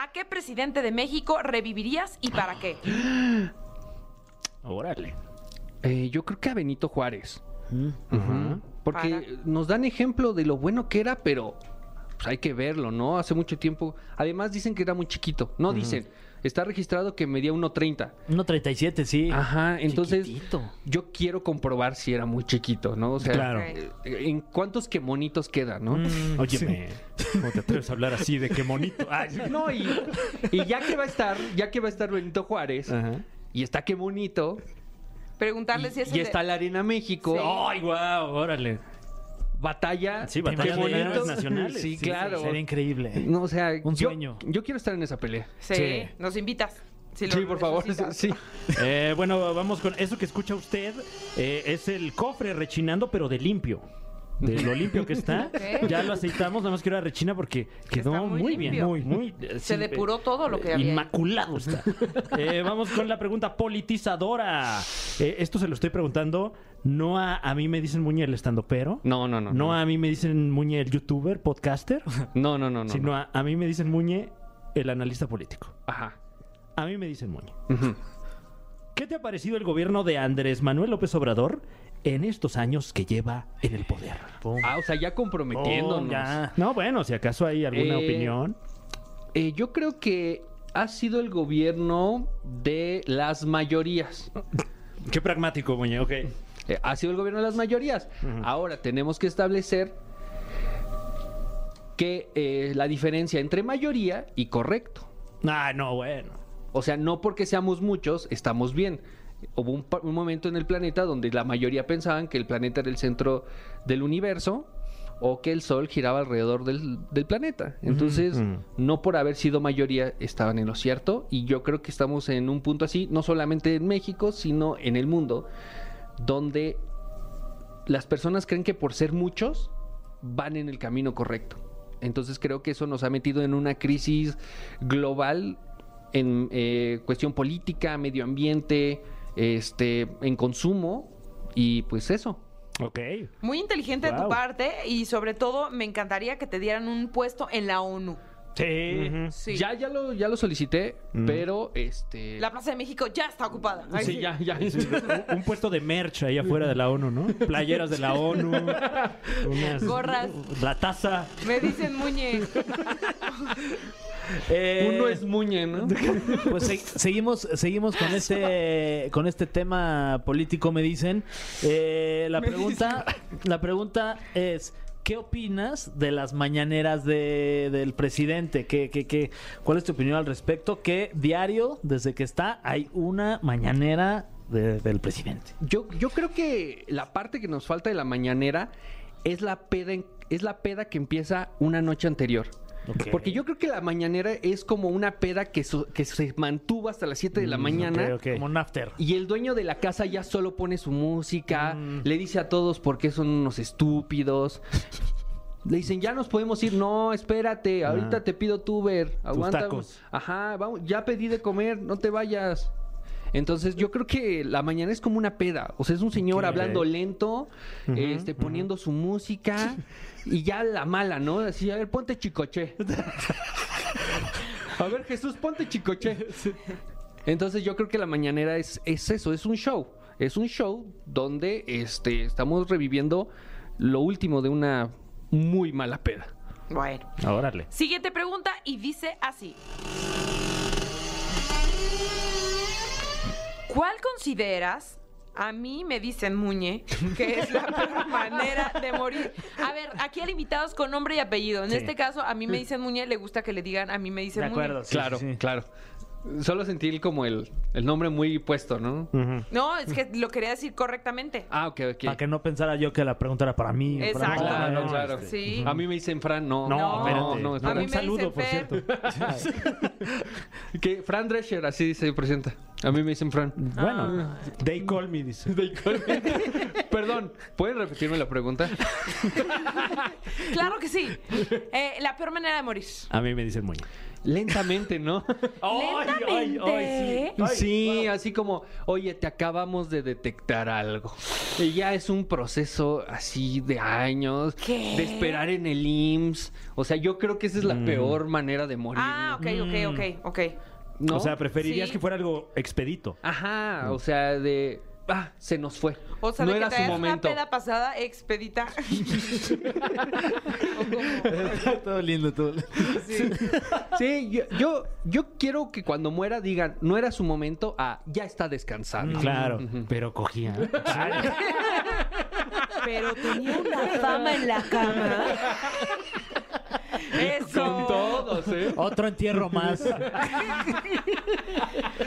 [SPEAKER 2] ¿A qué presidente de México revivirías y para qué?
[SPEAKER 3] Órale.
[SPEAKER 7] Eh, yo creo que a Benito Juárez.
[SPEAKER 4] Mm.
[SPEAKER 3] Ajá.
[SPEAKER 7] Porque
[SPEAKER 2] Ajá.
[SPEAKER 7] nos dan ejemplo de lo bueno que era, pero pues, hay que verlo, ¿no? Hace mucho tiempo. Además dicen que era muy chiquito. No dicen. Está registrado que medía 1.30.
[SPEAKER 4] 1.37, sí.
[SPEAKER 7] Ajá, entonces
[SPEAKER 4] Chiquitito.
[SPEAKER 7] yo quiero comprobar si era muy chiquito, ¿no? O sea,
[SPEAKER 3] Claro.
[SPEAKER 7] eh, ¿en cuántos que monitos queda, no?
[SPEAKER 4] Mm.
[SPEAKER 3] Óyeme, ¿cómo te atreves a hablar así de qué monito? Ay,
[SPEAKER 7] No, y, y ya que va a estar, ya que va a estar Benito
[SPEAKER 3] [LAUGHS]
[SPEAKER 7] Juárez,
[SPEAKER 3] Ajá.
[SPEAKER 7] y está qué bonito,
[SPEAKER 2] Preguntarle si es. el
[SPEAKER 7] y
[SPEAKER 2] de-
[SPEAKER 7] está la Arena México,
[SPEAKER 2] Sí.
[SPEAKER 7] ¡oh!
[SPEAKER 3] Ay, guau, órale.
[SPEAKER 7] batalla,
[SPEAKER 3] Sí,
[SPEAKER 7] qué
[SPEAKER 3] batalla de
[SPEAKER 7] bonito.
[SPEAKER 3] héroes nacionales.
[SPEAKER 7] Sí,
[SPEAKER 3] Sí,
[SPEAKER 7] claro.
[SPEAKER 4] Sería increíble.
[SPEAKER 7] No, o sea,
[SPEAKER 4] Un
[SPEAKER 7] yo-
[SPEAKER 4] sueño.
[SPEAKER 7] Yo, quiero estar en esa pelea.
[SPEAKER 2] Sí,
[SPEAKER 4] Sí.
[SPEAKER 2] nos invitas. si lo
[SPEAKER 7] sí, por favor.
[SPEAKER 2] necesitas.
[SPEAKER 7] Sí.
[SPEAKER 3] [LAUGHS] Eh, bueno, vamos con eso que escucha usted. eh, es el cofre rechinando, pero de limpio. De lo limpio que está.
[SPEAKER 2] [LAUGHS] Ok.
[SPEAKER 3] Ya lo aceitamos, nada más que era rechina porque quedó
[SPEAKER 2] Está muy
[SPEAKER 3] muy, bien.
[SPEAKER 2] limpio.
[SPEAKER 3] Muy, muy, eh,
[SPEAKER 2] Se
[SPEAKER 3] sí,
[SPEAKER 2] depuró
[SPEAKER 3] eh,
[SPEAKER 2] todo lo que
[SPEAKER 3] eh,
[SPEAKER 2] había ahí.
[SPEAKER 3] Inmaculado
[SPEAKER 2] [LAUGHS]
[SPEAKER 3] está. Eh, vamos con la pregunta politizadora. Eh, esto se lo estoy preguntando. No a, a mí me dicen Muñe el estando, pero.
[SPEAKER 7] No, no, no.
[SPEAKER 3] No a mí me dicen Muñe el youtuber, podcaster.
[SPEAKER 7] No, [LAUGHS] no, no, no.
[SPEAKER 3] sino
[SPEAKER 7] no.
[SPEAKER 3] A, a mí me dicen Muñe el analista político.
[SPEAKER 7] Ajá.
[SPEAKER 3] A mí me dicen Muñe.
[SPEAKER 7] Ujú.
[SPEAKER 3] ¿Qué te ha parecido el gobierno de Andrés Manuel López Obrador en estos años que lleva en el poder?
[SPEAKER 7] Ah, o sea, ya comprometiéndonos.
[SPEAKER 4] Oh, ya.
[SPEAKER 3] No, bueno, si acaso hay alguna
[SPEAKER 7] Eh,
[SPEAKER 3] opinión.
[SPEAKER 7] Eh, yo creo que ha sido el gobierno de las mayorías.
[SPEAKER 3] Qué pragmático, Muñe, ok.
[SPEAKER 7] Eh, ha sido el gobierno de las mayorías. Ahora tenemos que establecer que eh, la diferencia entre mayoría y correcto.
[SPEAKER 3] Ah, no, bueno.
[SPEAKER 7] O sea, no porque seamos muchos, estamos bien. Hubo un, pa- un momento en el planeta donde la mayoría pensaban que el planeta era el centro del universo o que el Sol giraba alrededor del, del planeta. Entonces,
[SPEAKER 3] ujú.
[SPEAKER 7] no por haber sido mayoría estaban en lo cierto y yo creo que estamos en un punto así, no solamente en México, sino en el mundo, donde las personas creen que por ser muchos van en el camino correcto. Entonces creo que eso nos ha metido en una crisis global en eh, cuestión política, medio ambiente, este, en consumo y pues eso.
[SPEAKER 3] Ok.
[SPEAKER 2] Muy inteligente de tu
[SPEAKER 3] Wow.
[SPEAKER 2] parte y sobre todo me encantaría que te dieran un puesto en la ONU.
[SPEAKER 3] Sí.
[SPEAKER 2] Sí.
[SPEAKER 7] Ya, ya lo, ya lo solicité,
[SPEAKER 3] Mm.
[SPEAKER 7] pero este.
[SPEAKER 2] La Plaza de México ya está ocupada. Ay,
[SPEAKER 7] Sí, ya, ya.
[SPEAKER 3] Un, un puesto de merch ahí afuera de la ONU, ¿no? Playeras de la
[SPEAKER 7] [LAUGHS]
[SPEAKER 3] ONU. unas-
[SPEAKER 2] Gorras.
[SPEAKER 3] La taza.
[SPEAKER 2] Me dicen Muñe.
[SPEAKER 4] Eh,
[SPEAKER 7] [LAUGHS] Uno es muñe, [LAUGHS] ¿no?
[SPEAKER 4] Pues se- seguimos, seguimos con este, con este tema político, me dicen. Eh, la
[SPEAKER 2] Me
[SPEAKER 4] pregunta, la pregunta es. ¿Qué opinas de las mañaneras de- del presidente? ¿Qué, qué, qué, ¿Cuál es tu opinión al respecto? Que diario, desde que está, hay una mañanera de- del presidente.
[SPEAKER 7] Yo, yo creo que la parte que nos falta de la mañanera es la peda, en- es la peda que empieza una noche anterior.
[SPEAKER 4] Ok.
[SPEAKER 7] Porque yo creo que la mañanera es como una peda que, so- que se mantuvo hasta las 7 de la mañana.
[SPEAKER 3] Mm, ok, ok.
[SPEAKER 4] Como un after.
[SPEAKER 7] Y el dueño de la casa ya
[SPEAKER 3] Mm. [LAUGHS]
[SPEAKER 7] solo pone su música, le dice a todos por qué son unos estúpidos. Le dicen, ya nos podemos ir. No, espérate, ahorita te pido tu Uber. Aguanta.
[SPEAKER 3] tacos.
[SPEAKER 7] Ajá, vamos, ya pedí de comer, no te vayas. Entonces, yo creo que la mañana es como una peda. O sea, es un señor hablando lento, este, poniendo su música y ya la mala, ¿no? Así, a ver, ponte chicoche. a ver, Jesús, ponte chicoche. Entonces yo creo que la mañanera es, es eso, es un show. Es un show donde este, estamos reviviendo lo último de una muy mala peda.
[SPEAKER 2] Bueno.
[SPEAKER 3] Órale.
[SPEAKER 2] Siguiente pregunta y dice así. ¿Cuál consideras? A mí me dicen Muñe, que es la peor manera de morir. A ver, aquí hay invitados con nombre y apellido. En
[SPEAKER 3] Sí.
[SPEAKER 2] este caso, a mí me dicen Muñe, le gusta que le digan a mí me dicen
[SPEAKER 4] De acuerdo,
[SPEAKER 2] Muñe.
[SPEAKER 4] sí,
[SPEAKER 7] claro,
[SPEAKER 4] sí, sí.
[SPEAKER 7] claro. Solo sentí el- como el, el nombre muy puesto, ¿no?
[SPEAKER 2] No, es que lo quería decir correctamente.
[SPEAKER 7] Ah, ok, ok.
[SPEAKER 4] Mm. Para que no pensara yo que la pregunta era para mí. o para
[SPEAKER 2] Exacto.
[SPEAKER 4] Mónica,
[SPEAKER 7] Claro,
[SPEAKER 4] Ah, ¿no?
[SPEAKER 7] claro.
[SPEAKER 2] Sí.
[SPEAKER 7] A mí me dicen Fran, no.
[SPEAKER 3] No, espérate.
[SPEAKER 7] no,
[SPEAKER 2] A
[SPEAKER 7] espérate.
[SPEAKER 2] mí
[SPEAKER 4] un
[SPEAKER 2] me
[SPEAKER 4] saludo,
[SPEAKER 2] dicen
[SPEAKER 4] por
[SPEAKER 2] Fer.
[SPEAKER 4] [LAUGHS] cierto.
[SPEAKER 7] [LAUGHS] Que Fran Drescher, así se presenta. A mí me dicen Fran.
[SPEAKER 3] Ah. Bueno, they call me, dice.
[SPEAKER 7] [LAUGHS] Perdón, ¿pueden repetirme la pregunta?
[SPEAKER 2] Claro que sí. Eh, la peor manera de morir.
[SPEAKER 3] A mí me dicen Muñe.
[SPEAKER 7] Lentamente, ¿no?
[SPEAKER 2] Lentamente.
[SPEAKER 7] sí, así como, oye, te acabamos de detectar algo. Y ya es un proceso así de años,
[SPEAKER 2] ¿Qué?
[SPEAKER 7] de esperar en el IMSS. O sea, yo creo que esa es
[SPEAKER 3] Mm.
[SPEAKER 7] la peor manera de morir.
[SPEAKER 2] Ah, ok, ok, ok, ok.
[SPEAKER 7] ¿no?
[SPEAKER 3] O sea, Mm. preferirías
[SPEAKER 2] Sí.
[SPEAKER 3] que fuera algo expedito.
[SPEAKER 7] Ajá, o sea, de, ah, se nos fue.
[SPEAKER 2] O sea,
[SPEAKER 7] no
[SPEAKER 2] de
[SPEAKER 7] era
[SPEAKER 2] que
[SPEAKER 7] su
[SPEAKER 2] traías
[SPEAKER 7] momento.
[SPEAKER 2] una peda pasada
[SPEAKER 7] [LAUGHS]
[SPEAKER 2] expedita. O como-
[SPEAKER 4] [LAUGHS] todo lindo, todo lindo.
[SPEAKER 2] Sí.
[SPEAKER 7] Sí, yo, yo, yo quiero que cuando muera digan, no era su momento, ah, ya está descansando.
[SPEAKER 3] Mm, Claro, pero [LAUGHS] cogía.
[SPEAKER 2] Pero tenía una fama en la cama. [LAUGHS] Eso.
[SPEAKER 7] Con todos, ¿eh?
[SPEAKER 4] Otro entierro más.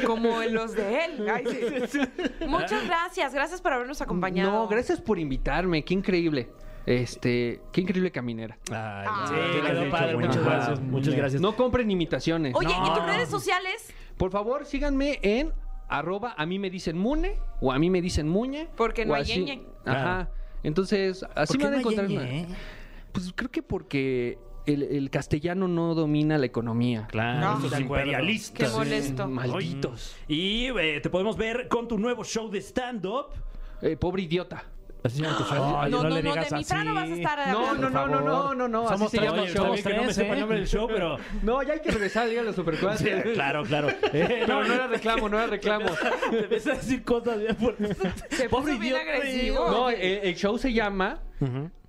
[SPEAKER 2] Como en los de él. Ay, sí. Muchas gracias. Gracias por habernos acompañado.
[SPEAKER 7] No, gracias por invitarme, qué increíble. Este, qué increíble caminera.
[SPEAKER 2] Sí,
[SPEAKER 4] quedó padre,
[SPEAKER 3] Muñe.
[SPEAKER 4] muchas
[SPEAKER 3] Ajá.
[SPEAKER 4] gracias,
[SPEAKER 3] Muchas
[SPEAKER 4] Muñe.
[SPEAKER 3] gracias.
[SPEAKER 7] No compren imitaciones.
[SPEAKER 2] Oye,
[SPEAKER 7] No.
[SPEAKER 2] ¿y tus redes sociales?
[SPEAKER 7] Por favor, síganme en arroba a mí me dicen mune o a mí me dicen muñe.
[SPEAKER 2] Porque no
[SPEAKER 7] o
[SPEAKER 2] hay
[SPEAKER 7] así-
[SPEAKER 2] ñe.
[SPEAKER 7] Ajá. Entonces,
[SPEAKER 4] ¿Por
[SPEAKER 7] así me
[SPEAKER 4] qué
[SPEAKER 7] van a
[SPEAKER 4] no hay
[SPEAKER 7] encontrar.
[SPEAKER 4] ñe, eh?
[SPEAKER 7] Pues creo que porque el, el castellano no domina la economía.
[SPEAKER 3] Claro,
[SPEAKER 2] No.
[SPEAKER 3] esos
[SPEAKER 4] De acuerdo.
[SPEAKER 2] Qué
[SPEAKER 3] imperialistas.
[SPEAKER 2] molesto.
[SPEAKER 7] Malditos.
[SPEAKER 3] Y eh, te podemos ver con tu nuevo show de stand-up.
[SPEAKER 7] Eh, pobre idiota.
[SPEAKER 3] Así se llama tu show.
[SPEAKER 4] Ay,
[SPEAKER 2] no,
[SPEAKER 4] no
[SPEAKER 2] no,
[SPEAKER 4] le
[SPEAKER 2] no,
[SPEAKER 4] digas
[SPEAKER 2] de mi Fran no vas
[SPEAKER 4] así.
[SPEAKER 2] a estar
[SPEAKER 7] No,
[SPEAKER 2] hablando.
[SPEAKER 7] no, no, no, no, no, no. Así
[SPEAKER 4] Somos
[SPEAKER 7] se
[SPEAKER 4] tres,
[SPEAKER 7] llama el
[SPEAKER 4] oye,
[SPEAKER 3] Está
[SPEAKER 7] show.
[SPEAKER 3] bien que no me
[SPEAKER 4] tres,
[SPEAKER 3] sepa el
[SPEAKER 4] ¿eh?
[SPEAKER 3] nombre del show,
[SPEAKER 7] [LAUGHS]
[SPEAKER 3] pero.
[SPEAKER 7] No, ya hay que regresar al día de los supercuates.
[SPEAKER 3] Sí, claro, claro. Eh,
[SPEAKER 7] No, no era reclamo, no era reclamo.
[SPEAKER 3] [LAUGHS]
[SPEAKER 4] Te empieza a decir cosas bien fuertes.
[SPEAKER 2] Se puso bien agresivo.
[SPEAKER 7] No, el, el show se llama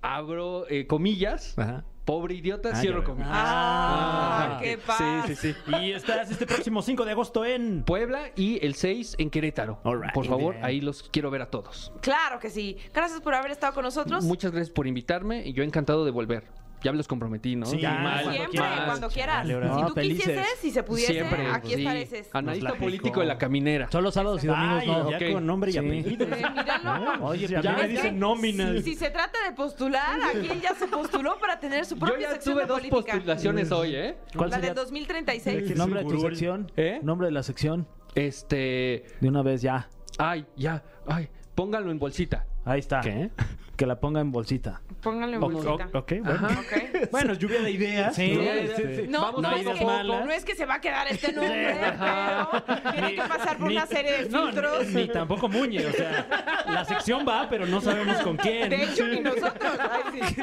[SPEAKER 7] Abro eh, comillas.
[SPEAKER 3] Ajá.
[SPEAKER 7] Pobre idiota,
[SPEAKER 3] Ah,
[SPEAKER 7] cierro
[SPEAKER 3] ya veo.
[SPEAKER 7] comillas.
[SPEAKER 2] Ah,
[SPEAKER 7] Ah,
[SPEAKER 2] qué
[SPEAKER 7] ok.
[SPEAKER 2] paz.
[SPEAKER 7] Sí, sí, sí.
[SPEAKER 3] Y estás este próximo 5 de agosto en.
[SPEAKER 7] Puebla y el 6 en Querétaro.
[SPEAKER 3] All right.
[SPEAKER 7] Por favor,
[SPEAKER 3] Bien.
[SPEAKER 7] ahí los quiero ver a todos.
[SPEAKER 2] Claro que sí. Gracias por haber estado con nosotros.
[SPEAKER 7] Muchas gracias por invitarme y yo encantado de volver. Ya me los comprometí, ¿no?
[SPEAKER 3] Sí,
[SPEAKER 7] Ya,
[SPEAKER 3] mal,
[SPEAKER 2] Siempre,
[SPEAKER 3] quieras.
[SPEAKER 2] cuando quieras.
[SPEAKER 3] Chale, ahora.
[SPEAKER 2] si
[SPEAKER 4] No,
[SPEAKER 2] tú
[SPEAKER 4] felices.
[SPEAKER 2] quisieses, si se pudiese,
[SPEAKER 7] Siempre.
[SPEAKER 2] aquí
[SPEAKER 7] sí. Ah,
[SPEAKER 2] estarás.
[SPEAKER 7] Analista
[SPEAKER 3] Nos la
[SPEAKER 7] político
[SPEAKER 3] picó.
[SPEAKER 7] de la caminera.
[SPEAKER 4] Solo sábados y domingos
[SPEAKER 3] Ay,
[SPEAKER 4] no.
[SPEAKER 3] ya
[SPEAKER 7] ok.
[SPEAKER 3] con nombre y
[SPEAKER 4] Sí.
[SPEAKER 3] apellido.
[SPEAKER 2] Eh, míralo.
[SPEAKER 3] Oye, ya
[SPEAKER 2] Ya
[SPEAKER 3] me
[SPEAKER 2] ves que
[SPEAKER 3] dicen nóminas.
[SPEAKER 2] Si, si se trata de postular, aquí él ya se postuló para tener su
[SPEAKER 7] Yo
[SPEAKER 2] propia
[SPEAKER 7] ya
[SPEAKER 2] sección
[SPEAKER 7] tuve
[SPEAKER 2] de
[SPEAKER 7] dos
[SPEAKER 2] política.
[SPEAKER 7] postulaciones hoy, ¿eh?
[SPEAKER 4] ¿Cuál
[SPEAKER 2] la
[SPEAKER 4] sería?
[SPEAKER 2] del 2036.
[SPEAKER 4] ¿Nombre de tu
[SPEAKER 3] Segurul.
[SPEAKER 4] sección?
[SPEAKER 7] ¿Eh?
[SPEAKER 4] ¿Nombre de la sección?
[SPEAKER 7] Este.
[SPEAKER 4] De una vez ya.
[SPEAKER 7] Ay, ya. Ay, pónganlo en bolsita. [LAUGHS]
[SPEAKER 4] Ahí está.
[SPEAKER 3] ¿Qué?
[SPEAKER 4] Que la ponga en bolsita.
[SPEAKER 2] Pónganle
[SPEAKER 3] O- o-
[SPEAKER 2] bolsita.
[SPEAKER 3] ok, bueno.
[SPEAKER 7] Ajá.
[SPEAKER 2] Ok.
[SPEAKER 3] Bueno, lluvia de ideas.
[SPEAKER 4] Sí,
[SPEAKER 3] ¿no?
[SPEAKER 4] sí,
[SPEAKER 3] Este,
[SPEAKER 7] sí.
[SPEAKER 2] No,
[SPEAKER 7] Vamos
[SPEAKER 2] no,
[SPEAKER 7] a
[SPEAKER 2] es
[SPEAKER 7] ir
[SPEAKER 2] que,
[SPEAKER 3] malas.
[SPEAKER 2] no es que se va a quedar este nombre, pero tiene que pasar por
[SPEAKER 3] Ni-
[SPEAKER 2] una serie de
[SPEAKER 3] no,
[SPEAKER 2] filtros.
[SPEAKER 3] ni, ni [LAUGHS] tampoco Muñe, o sea, la sección va, pero no sabemos con quién.
[SPEAKER 2] de hecho, ni nosotros. Ay, sí.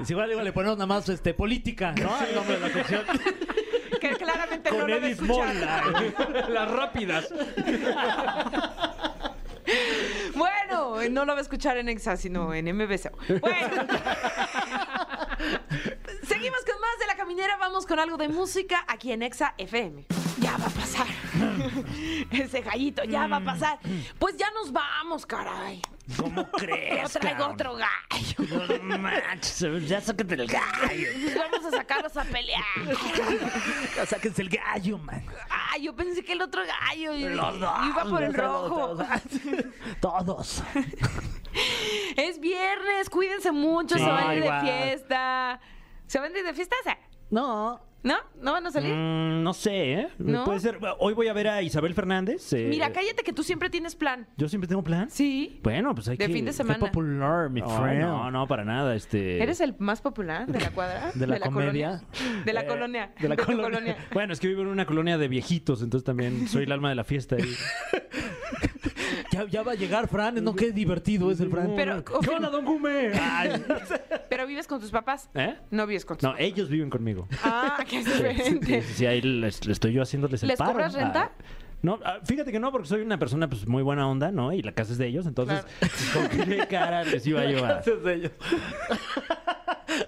[SPEAKER 4] Y si igual digo, le ponemos nada más este, política, ¿no? El nombre de la sección.
[SPEAKER 2] Que claramente [LAUGHS] no
[SPEAKER 3] con
[SPEAKER 2] lo va a
[SPEAKER 3] Edith
[SPEAKER 2] escuchar.
[SPEAKER 3] Mola.
[SPEAKER 7] Las rápidas.
[SPEAKER 2] Bueno, no lo va a escuchar en Exa, sino en MBC.
[SPEAKER 4] [LAUGHS]
[SPEAKER 2] Bueno. Seguimos con más de La Caminera. Vamos con algo de música aquí en Exa FM. Ya va a
[SPEAKER 4] [LAUGHS]
[SPEAKER 2] pasar. Ese gallito ya
[SPEAKER 4] Mm.
[SPEAKER 2] va a pasar. Pues ya nos vamos, caray.
[SPEAKER 3] ¿Cómo
[SPEAKER 2] Yo
[SPEAKER 3] crees?
[SPEAKER 2] traigo
[SPEAKER 3] cabrón?
[SPEAKER 2] otro gallo. Pues
[SPEAKER 3] No manches, ya sácate el gallo.
[SPEAKER 2] Vamos a sacarlos a pelear.
[SPEAKER 4] Ya Sáquense el gallo, man.
[SPEAKER 2] Ay, yo pensé que el otro gallo y-
[SPEAKER 4] Los dos,
[SPEAKER 2] iba por el
[SPEAKER 4] los dos,
[SPEAKER 2] rojo. [LAUGHS]
[SPEAKER 4] Todos.
[SPEAKER 2] Es viernes, cuídense mucho,
[SPEAKER 3] Sí,
[SPEAKER 2] se van a ir de
[SPEAKER 4] igual.
[SPEAKER 2] fiesta. ¿Se van a ir de fiesta? O sea,
[SPEAKER 4] No.
[SPEAKER 2] ¿No? ¿No van a salir?
[SPEAKER 3] Mm, no sé, ¿eh?
[SPEAKER 2] ¿No?
[SPEAKER 3] Puede ser. Hoy voy a ver a Isabel Fernández. eh,
[SPEAKER 2] Mira, cállate que tú siempre tienes plan.
[SPEAKER 3] Yo siempre tengo plan.
[SPEAKER 2] Sí.
[SPEAKER 3] Bueno, pues hay
[SPEAKER 2] De
[SPEAKER 3] que.
[SPEAKER 2] fin de
[SPEAKER 4] Qué
[SPEAKER 2] semana.
[SPEAKER 4] popular, mi
[SPEAKER 3] Ay,
[SPEAKER 4] friend.
[SPEAKER 3] Oh, no, no, para nada. Este.
[SPEAKER 2] ¿Eres el más popular de la
[SPEAKER 3] [LAUGHS]
[SPEAKER 2] cuadra?
[SPEAKER 4] ¿De la comedia?
[SPEAKER 2] colonia? De la
[SPEAKER 4] Eh,
[SPEAKER 2] colonia.
[SPEAKER 4] de la
[SPEAKER 2] tu
[SPEAKER 4] colonia.
[SPEAKER 3] Bueno, es que vivo en una colonia de viejitos, entonces también soy el alma de la fiesta.
[SPEAKER 2] [LAUGHS]
[SPEAKER 3] ahí.
[SPEAKER 4] Ya, ya va a llegar Fran, no, qué divertido es el Fran.
[SPEAKER 2] Pero,
[SPEAKER 3] ¿Qué onda, don Gume? Ay.
[SPEAKER 2] Pero vives con tus papás.
[SPEAKER 3] ¿Eh?
[SPEAKER 2] No vives con tus
[SPEAKER 3] No, ellos viven conmigo. [LAUGHS]
[SPEAKER 2] Ah, que es
[SPEAKER 3] Sí,
[SPEAKER 2] diferente.
[SPEAKER 3] sí, sí, ahí les, les estoy yo haciéndoles el
[SPEAKER 2] ¿Les
[SPEAKER 3] paro.
[SPEAKER 2] cobras renta?
[SPEAKER 3] Ah, no, ah, fíjate que no, porque soy una persona pues muy buena onda, ¿no? Y la casa es de ellos, entonces ¿con qué cara les iba yo
[SPEAKER 2] [LAUGHS]
[SPEAKER 3] a
[SPEAKER 4] Haces de ellos.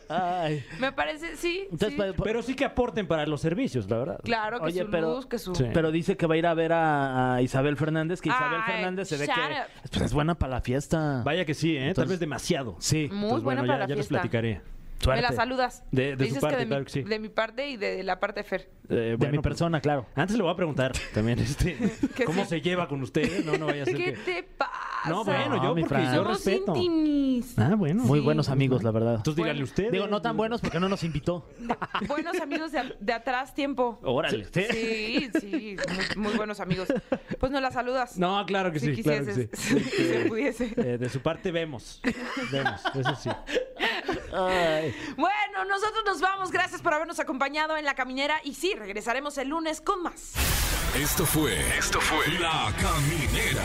[SPEAKER 4] Ay.
[SPEAKER 2] Me parece, sí.
[SPEAKER 4] Entonces,
[SPEAKER 2] sí.
[SPEAKER 4] pa- pa-
[SPEAKER 3] Pero sí que aporten para los servicios, la verdad.
[SPEAKER 2] Claro, que
[SPEAKER 4] Oye,
[SPEAKER 2] su
[SPEAKER 4] pero-
[SPEAKER 2] luz, que su...
[SPEAKER 3] Sí.
[SPEAKER 4] pero dice que va a ir a ver a, a Isabel Fernández, que Isabel
[SPEAKER 2] Ay,
[SPEAKER 4] Fernández se ve
[SPEAKER 2] shut
[SPEAKER 4] que
[SPEAKER 2] up.
[SPEAKER 4] pues, es buena para la fiesta.
[SPEAKER 3] Vaya que sí, ¿eh? Tal
[SPEAKER 4] Entonces-
[SPEAKER 3] vez demasiado.
[SPEAKER 4] Sí. eh,
[SPEAKER 2] Muy buena
[SPEAKER 3] pues ya,
[SPEAKER 2] para la
[SPEAKER 3] ya les
[SPEAKER 2] fiesta.
[SPEAKER 3] platicaré.
[SPEAKER 2] Me la saludas.
[SPEAKER 3] De- de su
[SPEAKER 2] Le dices
[SPEAKER 3] parte,
[SPEAKER 2] que de,
[SPEAKER 3] claro
[SPEAKER 2] mi,
[SPEAKER 3] que sí.
[SPEAKER 2] de mi parte y de la parte de Fer.
[SPEAKER 3] Eh,
[SPEAKER 4] De
[SPEAKER 3] bueno,
[SPEAKER 4] mi persona, claro.
[SPEAKER 3] Antes le voy a preguntar también
[SPEAKER 2] [LAUGHS]
[SPEAKER 3] este
[SPEAKER 2] Que
[SPEAKER 3] cómo
[SPEAKER 2] sí.
[SPEAKER 3] se lleva con ustedes. No, no
[SPEAKER 2] [LAUGHS]
[SPEAKER 3] vaya a ser
[SPEAKER 2] ¿Qué
[SPEAKER 3] que.
[SPEAKER 2] te pasa?
[SPEAKER 3] No, bueno,
[SPEAKER 4] No,
[SPEAKER 3] yo
[SPEAKER 4] mi
[SPEAKER 3] porque
[SPEAKER 4] Fran.
[SPEAKER 3] yo
[SPEAKER 2] Somos
[SPEAKER 3] respeto.
[SPEAKER 2] intimis.
[SPEAKER 3] Ah, bueno.
[SPEAKER 4] Muy
[SPEAKER 2] Sí.
[SPEAKER 4] buenos amigos, la verdad.
[SPEAKER 3] Entonces díganle ustedes.
[SPEAKER 4] Digo, no tan buenos porque no nos invitó.
[SPEAKER 2] Buenos amigos de, de atrás tiempo.
[SPEAKER 3] Órale.
[SPEAKER 2] Sí, sí, muy, muy buenos amigos. Pues no la
[SPEAKER 3] [LAUGHS]
[SPEAKER 2] saludas.
[SPEAKER 3] No, claro que
[SPEAKER 2] si
[SPEAKER 3] sí, claro que sí.
[SPEAKER 2] quisieses, [LAUGHS] si se pudiese.
[SPEAKER 3] Eh, de su parte vemos. Vemos, eso sí.
[SPEAKER 2] Bueno, nosotros nos vamos. Gracias por habernos acompañado en La Caminera. Y sí, regresaremos el lunes con más.
[SPEAKER 1] Esto fue. Esto fue. La Caminera.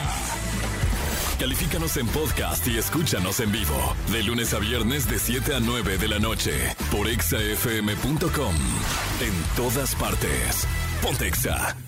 [SPEAKER 1] Califícanos en podcast y escúchanos en vivo. De lunes a viernes, de 7 a 9 de la noche. Por exafm.com. En todas partes. Pontexa.